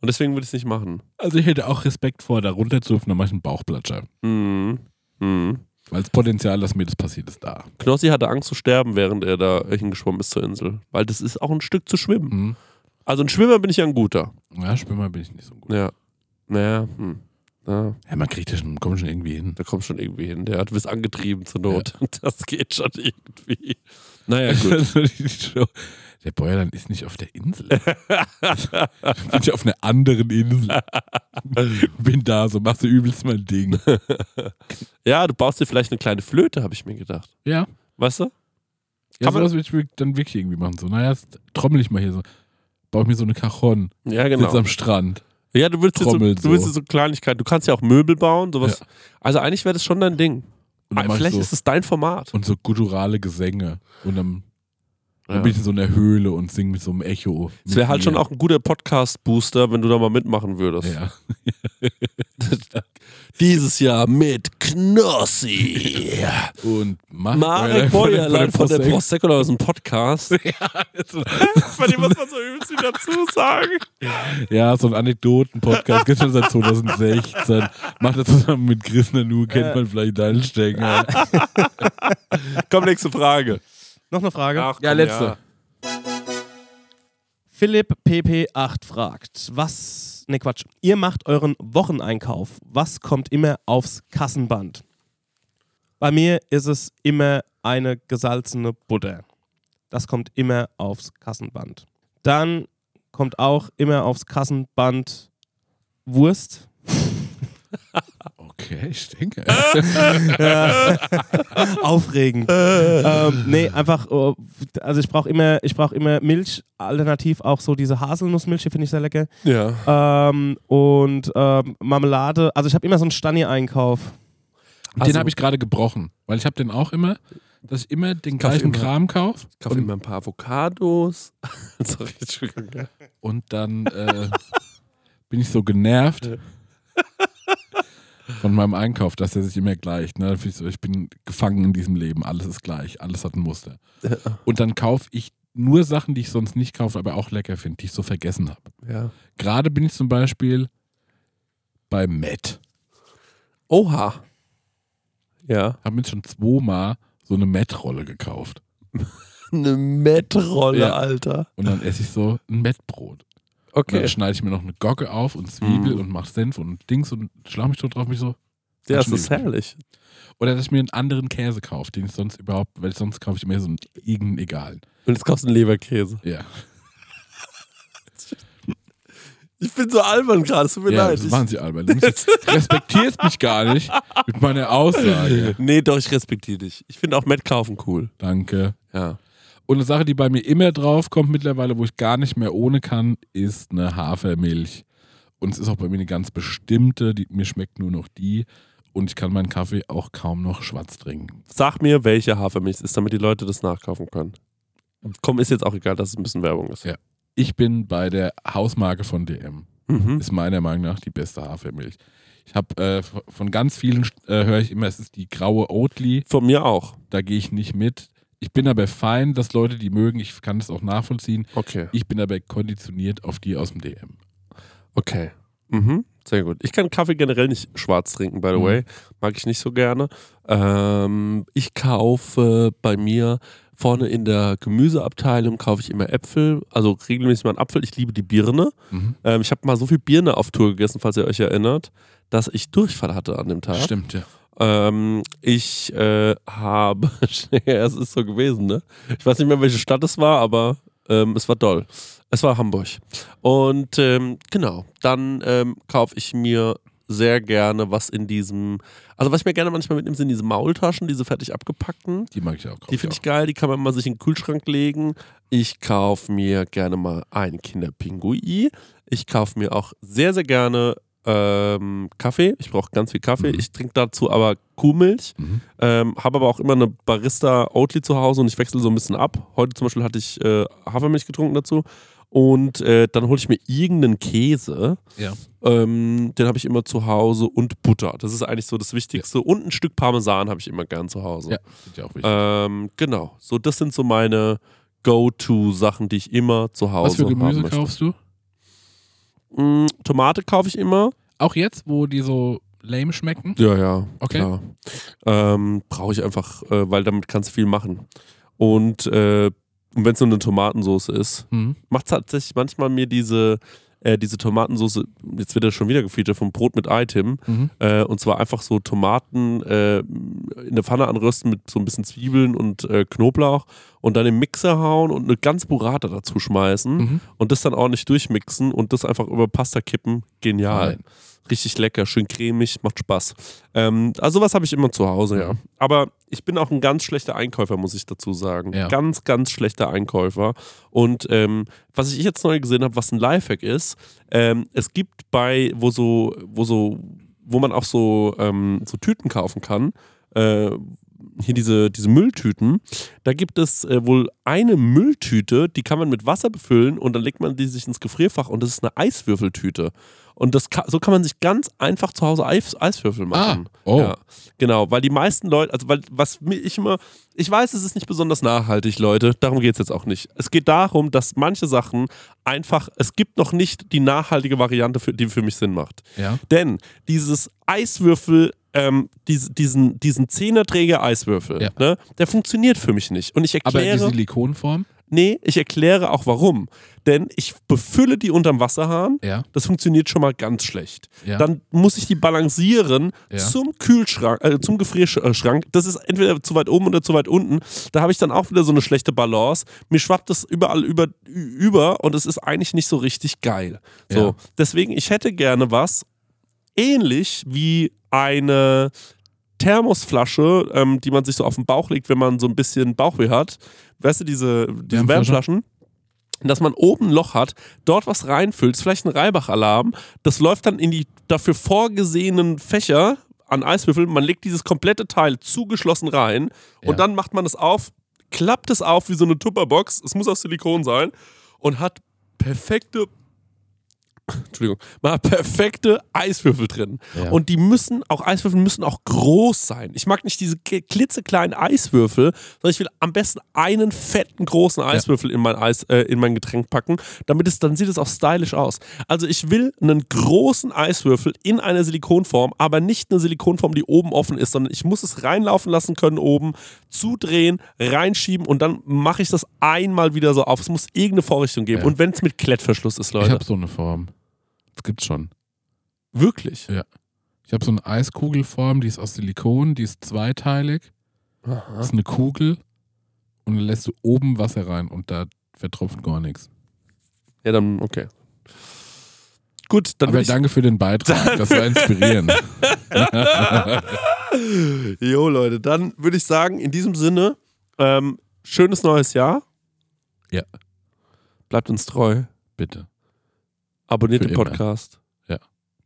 C: Und deswegen würde ich es nicht machen.
B: Also ich hätte auch Respekt vor, da runterzuhüpfen, dann mache ich einen Bauchplatscher.
C: Mhm. Mhm.
B: Weil das Potenzial, dass mir das passiert, ist da.
C: Knossi hatte Angst zu sterben, während er da hingeschwommen ist zur Insel. Weil das ist auch ein Stück zu schwimmen.
B: Mhm.
C: Also ein Schwimmer bin ich ja ein guter.
B: Ja, Schwimmer bin ich nicht so gut.
C: Ja. Naja, hm. Ja,
B: Ja, man kriegt das schon, kommt schon irgendwie hin.
C: da kommt schon irgendwie hin. Der hat bis angetrieben zur Not. Das geht schon irgendwie. Naja, gut.
B: Also die Show- der Bäuerland ist nicht auf der Insel. ich bin ja auf einer anderen Insel. bin da, so machst du übelst mein Ding.
C: Ja, du baust dir vielleicht eine kleine Flöte, habe ich mir gedacht.
B: Ja.
C: Weißt du?
B: Ja,
C: Kann man-
B: sowas würde ich mir dann wirklich irgendwie machen. So, naja, jetzt trommel ich mal hier so. Baue ich mir so eine Cajon.
C: Ja, genau.
B: Sitz am Strand.
C: Ja, du willst, jetzt so,
B: Trommel
C: du willst
B: so.
C: jetzt so Kleinigkeiten. Du kannst ja auch Möbel bauen, sowas. Also eigentlich wäre das schon dein Ding.
B: Und dann
C: Ah,
B: mach ich
C: Vielleicht
B: so,
C: ist es dein Format.
B: und so gutturale Gesänge. Und dann, dann
C: Ja.
B: bin ich in so einer Höhle und singe mit so einem Echo.
C: Es wäre halt
B: Mit
C: schon
B: mir.
C: auch ein guter Podcast-Booster, wenn du da mal mitmachen würdest.
B: Ja.
C: Dieses Jahr mit Knossi.
B: Und Marek,
C: Marek Bäuerlein von der
B: Prosecco.
C: Prosecco aus dem Podcast. Bei dem muss man so übelst viel dazu sagen.
B: Ja, so ein Anekdoten-Podcast gibt schon seit 2016. Macht er zusammen mit Chris Nanu, kennt man vielleicht deinen Stecker.
C: Komm, nächste Frage.
D: Noch eine Frage.
C: Ach,
B: Ja,
C: komm,
B: letzte.
D: Philipp PP8 fragt, was, ne Quatsch, ihr macht euren Wocheneinkauf. Was kommt immer aufs Kassenband? Bei mir ist es immer eine gesalzene Butter. Das kommt immer aufs Kassenband. Dann kommt auch immer aufs Kassenband Wurst.
B: Okay, ich denke.
D: Ja. Aufregend. ähm, nee, einfach, oh, also ich brauche immer, ich brauch immer Milch, alternativ auch so diese Haselnussmilch, die finde ich sehr lecker.
C: Ja.
D: Ähm, und ähm, Marmelade, also ich habe immer so einen Stani-Einkauf.
B: den habe ich gerade gebrochen, weil ich habe den auch immer, dass ich immer den
C: Kauf
B: gleichen
C: immer.
B: Kram kaufe
C: Ich kaufe immer ein paar Avocados. Sorry, Entschuldigung.
B: und dann äh, bin ich so genervt von meinem Einkauf, dass er sich immer gleicht. Ne? Dann find Ich, so, ich bin gefangen in diesem Leben, alles ist gleich, alles hat ein Muster. Und dann kaufe ich nur Sachen, die ich sonst nicht kaufe, aber auch lecker finde, die ich so vergessen habe.
C: Ja.
B: Gerade bin ich zum Beispiel bei Matt.
C: Oha. Ja.
B: Haben jetzt schon zweimal so eine Matt-Rolle gekauft.
C: Eine Mettrolle,
B: Ja.
C: Alter.
B: Und dann esse ich so ein Mettbrot. Und
C: Okay.
B: dann schneide ich mir noch eine Gocke auf und Zwiebel
C: Mhm.
B: und mache Senf und Dings und schlag mich tot drauf. Mich so.
C: Ja, das
B: Schon
C: ist
B: übel.
C: herrlich.
B: Oder dass ich mir einen anderen Käse kaufe, den ich sonst überhaupt, weil sonst kaufe ich mir so einen irgendeinen egalen.
C: Und jetzt kaufst du einen Leberkäse.
B: Ja,
C: Ich bin so albern gerade, es tut mir
B: ja
C: leid.
B: das waren sie, Albert. Du musst- respektierst mich gar nicht mit meiner Aussage.
C: Ich, nee, doch, ich respektiere dich. Ich finde auch Met kaufen cool.
B: Danke.
C: Ja.
B: Und eine Sache, die bei mir immer drauf kommt mittlerweile, wo ich gar nicht mehr ohne kann, ist eine Hafermilch. Und es ist auch bei mir eine ganz bestimmte, die, mir schmeckt nur noch die. Und ich kann meinen Kaffee auch kaum noch schwarz trinken.
C: Sag mir, welche Hafermilch es ist, damit die Leute das nachkaufen können. Komm, ist jetzt auch egal, dass es ein bisschen Werbung ist.
B: Ja. Ich bin bei der Hausmarke von DM.
C: Mhm.
B: Ist meiner Meinung nach die beste Hafermilch. Ich habe äh, v- von ganz vielen äh, höre ich immer, es ist die graue Oatly.
C: Von mir auch.
B: Da gehe ich nicht mit. Ich bin aber fein, dass Leute die mögen. Ich kann das auch nachvollziehen.
C: Okay.
B: Ich bin aber konditioniert auf die aus dem DM.
C: Okay. Mhm. Sehr gut. Ich kann Kaffee generell nicht schwarz trinken, by the
B: Mhm.
C: way. Mag ich nicht so gerne. Ähm, ich kaufe bei mir vorne in der Gemüseabteilung kaufe ich immer Äpfel, also regelmäßig mal einen Apfel. Ich liebe die Birne.
B: Mhm.
C: Ähm, ich habe mal so viel Birne auf Tour gegessen, falls ihr euch erinnert, dass ich Durchfall hatte an dem Tag.
B: Stimmt, ja.
C: Ähm, ich äh, habe, ja, es ist so gewesen, ne? Ich weiß nicht mehr, welche Stadt es war, aber ähm, es war toll. Es war Hamburg. Und ähm, genau, dann ähm, kaufe ich mir sehr gerne was in diesem, also was ich mir gerne manchmal mitnehme, sind diese Maultaschen, diese fertig abgepackten.
B: Die mag ich auch. kauf
C: Die finde
B: auch.
C: ich geil, die kann man mal sich in den Kühlschrank legen. Ich kaufe mir gerne mal einen Kinderpingui. Ich kaufe mir auch sehr, sehr gerne ähm, Kaffee. Ich brauche ganz viel Kaffee.
B: Mhm.
C: Ich trinke dazu aber Kuhmilch.
B: Mhm.
C: Ähm, Habe aber auch immer eine Barista Oatly zu Hause und ich wechsle so ein bisschen ab. Heute zum Beispiel hatte ich äh, Hafermilch getrunken dazu. Und äh, dann hole ich mir irgendeinen Käse.
B: Ja.
C: Ähm, den habe ich immer zu Hause und Butter. Das ist eigentlich so das Wichtigste. Und ein Stück Parmesan habe ich immer gern zu Hause.
B: Ja, sind ja auch wichtig.
C: Ähm, genau. So, das sind so meine Go-To-Sachen, die ich immer zu Hause
B: Was für Gemüse
C: haben möchte.
B: kaufst du?
C: Mm, Tomate kaufe ich immer.
B: Auch jetzt, wo die so lame schmecken?
C: Ja, ja.
B: Okay.
C: Klar. Ähm, Brauche ich einfach, äh, weil damit kannst du viel machen. Und äh, wenn es nur eine Tomatensauce ist,
G: Hm,
B: Mhm.
C: macht tatsächlich halt manchmal mir diese, äh, diese Tomatensauce, jetzt wird er schon wieder gefeatured, vom Brot mit Ei, Tim.
B: Mhm.
C: Äh, und zwar einfach so Tomaten äh, in der Pfanne anrösten mit so ein bisschen Zwiebeln und äh, Knoblauch und dann im Mixer hauen und eine ganz Burrata dazu schmeißen
B: Mhm.
C: und das dann ordentlich durchmixen und das einfach über Pasta kippen. Genial.
B: Fein.
C: Richtig lecker, schön cremig, macht Spaß. Ähm, also was habe ich immer zu Hause, ja. Aber ich bin auch ein ganz schlechter Einkäufer, muss ich dazu sagen.
B: Ja.
C: Ganz, ganz schlechter Einkäufer. Und ähm, was ich jetzt neu gesehen habe, was ein Lifehack ist, ähm, es gibt bei, wo so, wo so, wo man auch so, ähm, so Tüten kaufen kann, äh, hier diese, diese Mülltüten, da gibt es äh, wohl eine Mülltüte, die kann man mit Wasser befüllen und dann legt man die sich ins Gefrierfach und das ist eine Eiswürfeltüte. Und das kann, so kann man sich ganz einfach zu Hause Eis, Eiswürfel machen.
B: Ah, oh.
C: Ja, genau, weil die meisten Leute, also weil was mir ich immer, ich weiß, es ist nicht besonders nachhaltig, Leute, darum geht es jetzt auch nicht. Es geht darum, dass manche Sachen einfach, es gibt noch nicht die nachhaltige Variante, für, die für mich Sinn macht.
B: Ja.
C: Denn dieses Eiswürfel, ähm, diese, diesen, diesen Zehnerträger Eiswürfel,
B: Ja.
C: ne, der funktioniert für mich nicht. Und ich
B: Aber die
C: erkläre.
B: Silikonform?
C: Nee, ich erkläre auch warum. Denn ich befülle die unterm Wasserhahn.
G: Ja.
C: Das funktioniert schon mal ganz schlecht.
G: Ja.
C: Dann muss ich die balancieren
G: Ja.
C: zum Kühlschrank, äh, zum Gefrierschrank. Das ist entweder zu weit oben oder zu weit unten. Da habe ich dann auch wieder so eine schlechte Balance. Mir schwappt das überall über, ü- über und es ist eigentlich nicht so richtig geil. So.
G: Ja.
C: Deswegen, ich hätte gerne was ähnlich wie eine Thermosflasche, ähm, die man sich so auf den Bauch legt, wenn man so ein bisschen Bauchweh hat. Weißt du, diese, diese
G: Wärmflasche?
C: Wärmflaschen? Dass man oben ein Loch hat, dort was reinfüllt, vielleicht ein Reibach-Alarm, das läuft dann in die dafür vorgesehenen Fächer an Eiswürfeln. Man legt dieses komplette Teil zugeschlossen rein und
G: Ja.
C: dann macht man es auf, klappt es auf wie so eine Tupperbox. Es muss aus Silikon sein und hat perfekte. Entschuldigung, man hat perfekte Eiswürfel drin.
G: Ja.
C: Und die müssen, auch Eiswürfel müssen auch groß sein. Ich mag nicht diese k- klitzekleinen Eiswürfel, sondern ich will am besten einen fetten großen Eiswürfel in, mein Eis, äh, in mein Getränk packen, damit es, dann sieht es auch stylisch aus. Also ich will einen großen Eiswürfel in einer Silikonform, aber nicht eine Silikonform, die oben offen ist, sondern ich muss es reinlaufen lassen können oben, zudrehen, reinschieben und dann mache ich das einmal wieder so auf. Es muss irgendeine Vorrichtung geben.
G: Ja.
C: Und wenn es mit Klettverschluss ist,
G: Ich
C: Leute.
G: habe so eine Form. Das gibt's schon.
C: Wirklich.
G: Ich habe so eine Eiskugelform, die ist aus Silikon, die ist zweiteilig. Das ist eine Kugel und dann lässt du oben Wasser rein und da vertropft gar nichts.
C: Ja, dann, okay. Gut, dann
G: Aber
C: würde ich
G: danke für den Beitrag, das war inspirierend.
C: Jo, Leute, dann würde ich sagen, in diesem Sinne, ähm, schönes neues Jahr.
G: Ja.
C: Bleibt uns treu.
G: Bitte.
C: Abonniert
G: Für
C: den
G: immer.
C: Podcast.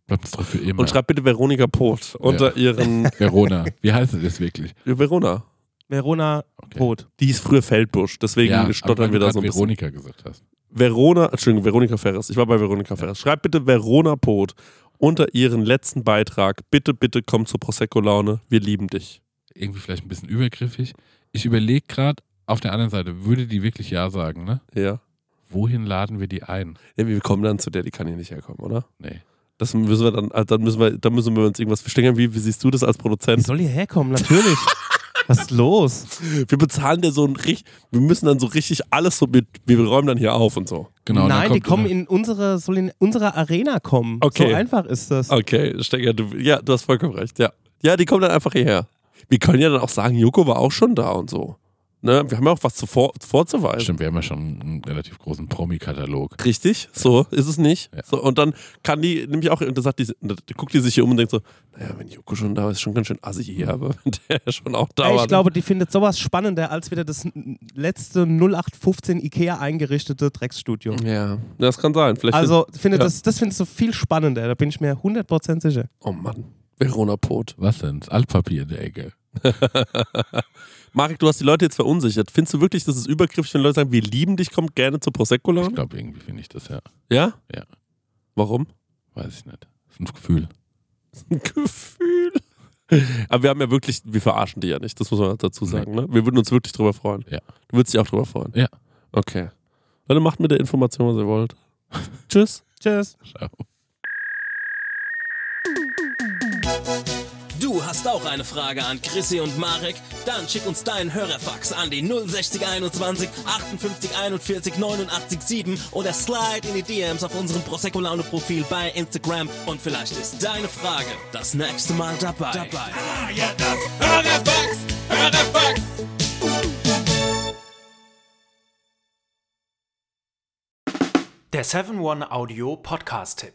G: Bleibt es doch für immer.
C: Und schreibt bitte Veronika Poth unter ihren
G: Verona. Wie heißt denn das wirklich?
C: Verona.
D: Verona
G: Okay.
D: Roth.
C: Die ist früher Feldbusch, deswegen
G: aber
C: stottern wir
G: weil du
C: da
G: grad
C: so ein bisschen.
G: Veronika gesagt hast.
C: Verona, Entschuldigung, Veronika Ferres. Ich war bei Veronika Ferres. Schreibt bitte Verona Poth unter ihren letzten Beitrag. Bitte, bitte komm zur Prosecco-Laune. Wir lieben dich.
G: Irgendwie vielleicht ein bisschen übergriffig. Ich überlege gerade, auf der anderen Seite, würde die wirklich Ja sagen, ne?
C: Ja.
G: Wohin laden wir die ein?
C: ja. Wir kommen dann zu der, die kann hier nicht herkommen, oder?
G: Nee.
C: Das müssen wir dann, also dann müssen wir, dann müssen wir uns irgendwas verstehen. Wie, wie siehst du das als
D: Die
C: Produzent?
D: soll hier herkommen, natürlich. Was ist los?
C: Wir bezahlen dir so ein richtig, wir müssen dann so richtig alles so mit, wir räumen dann hier auf und so.
G: Genau. und dann
D: Nein, die
G: kommt-
D: kommen in unsere, soll in unsere Arena kommen.
C: Okay.
D: So einfach ist das.
G: Also,
C: Okay, Stecker, du, ja, du hast vollkommen recht, ja. Ja, die kommen dann einfach hierher. Wir können ja dann auch sagen, Joko war auch schon da und so. Ne? Wir haben ja auch was zuvor, vorzuweisen.
G: Stimmt, wir haben ja schon einen relativ großen Promi-Katalog.
C: Richtig, so ist es nicht.
G: Ja.
C: So, und dann kann die nämlich auch, und dann sagt die, dann guckt die sich hier um und denkt so, naja, wenn Joko schon da ist, ist schon ganz schön assi hier, aber wenn der schon auch da
D: Ey,
C: war.
D: ich glaube, die findet sowas spannender als wieder das n- letzte 0815 Ikea eingerichtete Drecksstudio.
C: dann- ja, das kann sein. Vielleicht
D: Also, findet
C: Ja.
D: das, das findest du viel spannender, da bin ich mir 100% sicher.
C: oh Mann, Verona Pot.
G: Was denn? Das Altpapier in der Ecke.
C: Marek, du hast die Leute jetzt verunsichert. Findest du wirklich, dass es übergriffig, wenn Leute sagen, wir lieben dich, kommt gerne zur prosecco
G: Ich
C: -Laune?
G: glaube, irgendwie finde ich das ja.
C: Ja?
G: Ja.
C: Warum?
G: Weiß ich nicht. Das ist ein Gefühl.
C: Ein Gefühl. Aber wir haben ja wirklich, wir verarschen die ja nicht, das muss man dazu sagen. Ne? Wir würden uns wirklich drüber freuen.
G: Ja.
C: Du würdest dich auch drüber freuen.
G: Ja.
C: Okay. Leute, macht mit der Information, was ihr wollt. Tschüss.
D: Tschüss.
G: Schau.
A: Du hast auch eine Frage an Chrissy und Marek? Dann schick uns deinen Hörerfax an die 06021 58 41 89 7 oder slide in die DMs auf unserem Prosecco Laune Profil bei Instagram und vielleicht ist deine Frage das nächste Mal dabei. dabei. Ah, ja, das Hörerfax, Hörerfax.
H: Der 7-One Audio Podcast-Tipp.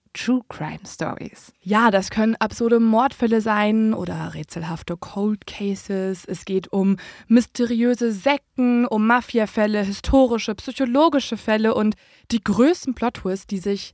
I: True Crime Stories.
J: ja, das können absurde Mordfälle sein oder rätselhafte Cold Cases. Es geht um mysteriöse Sekten, um Mafiafälle, historische, psychologische Fälle und die größten Plot-Twists, die sich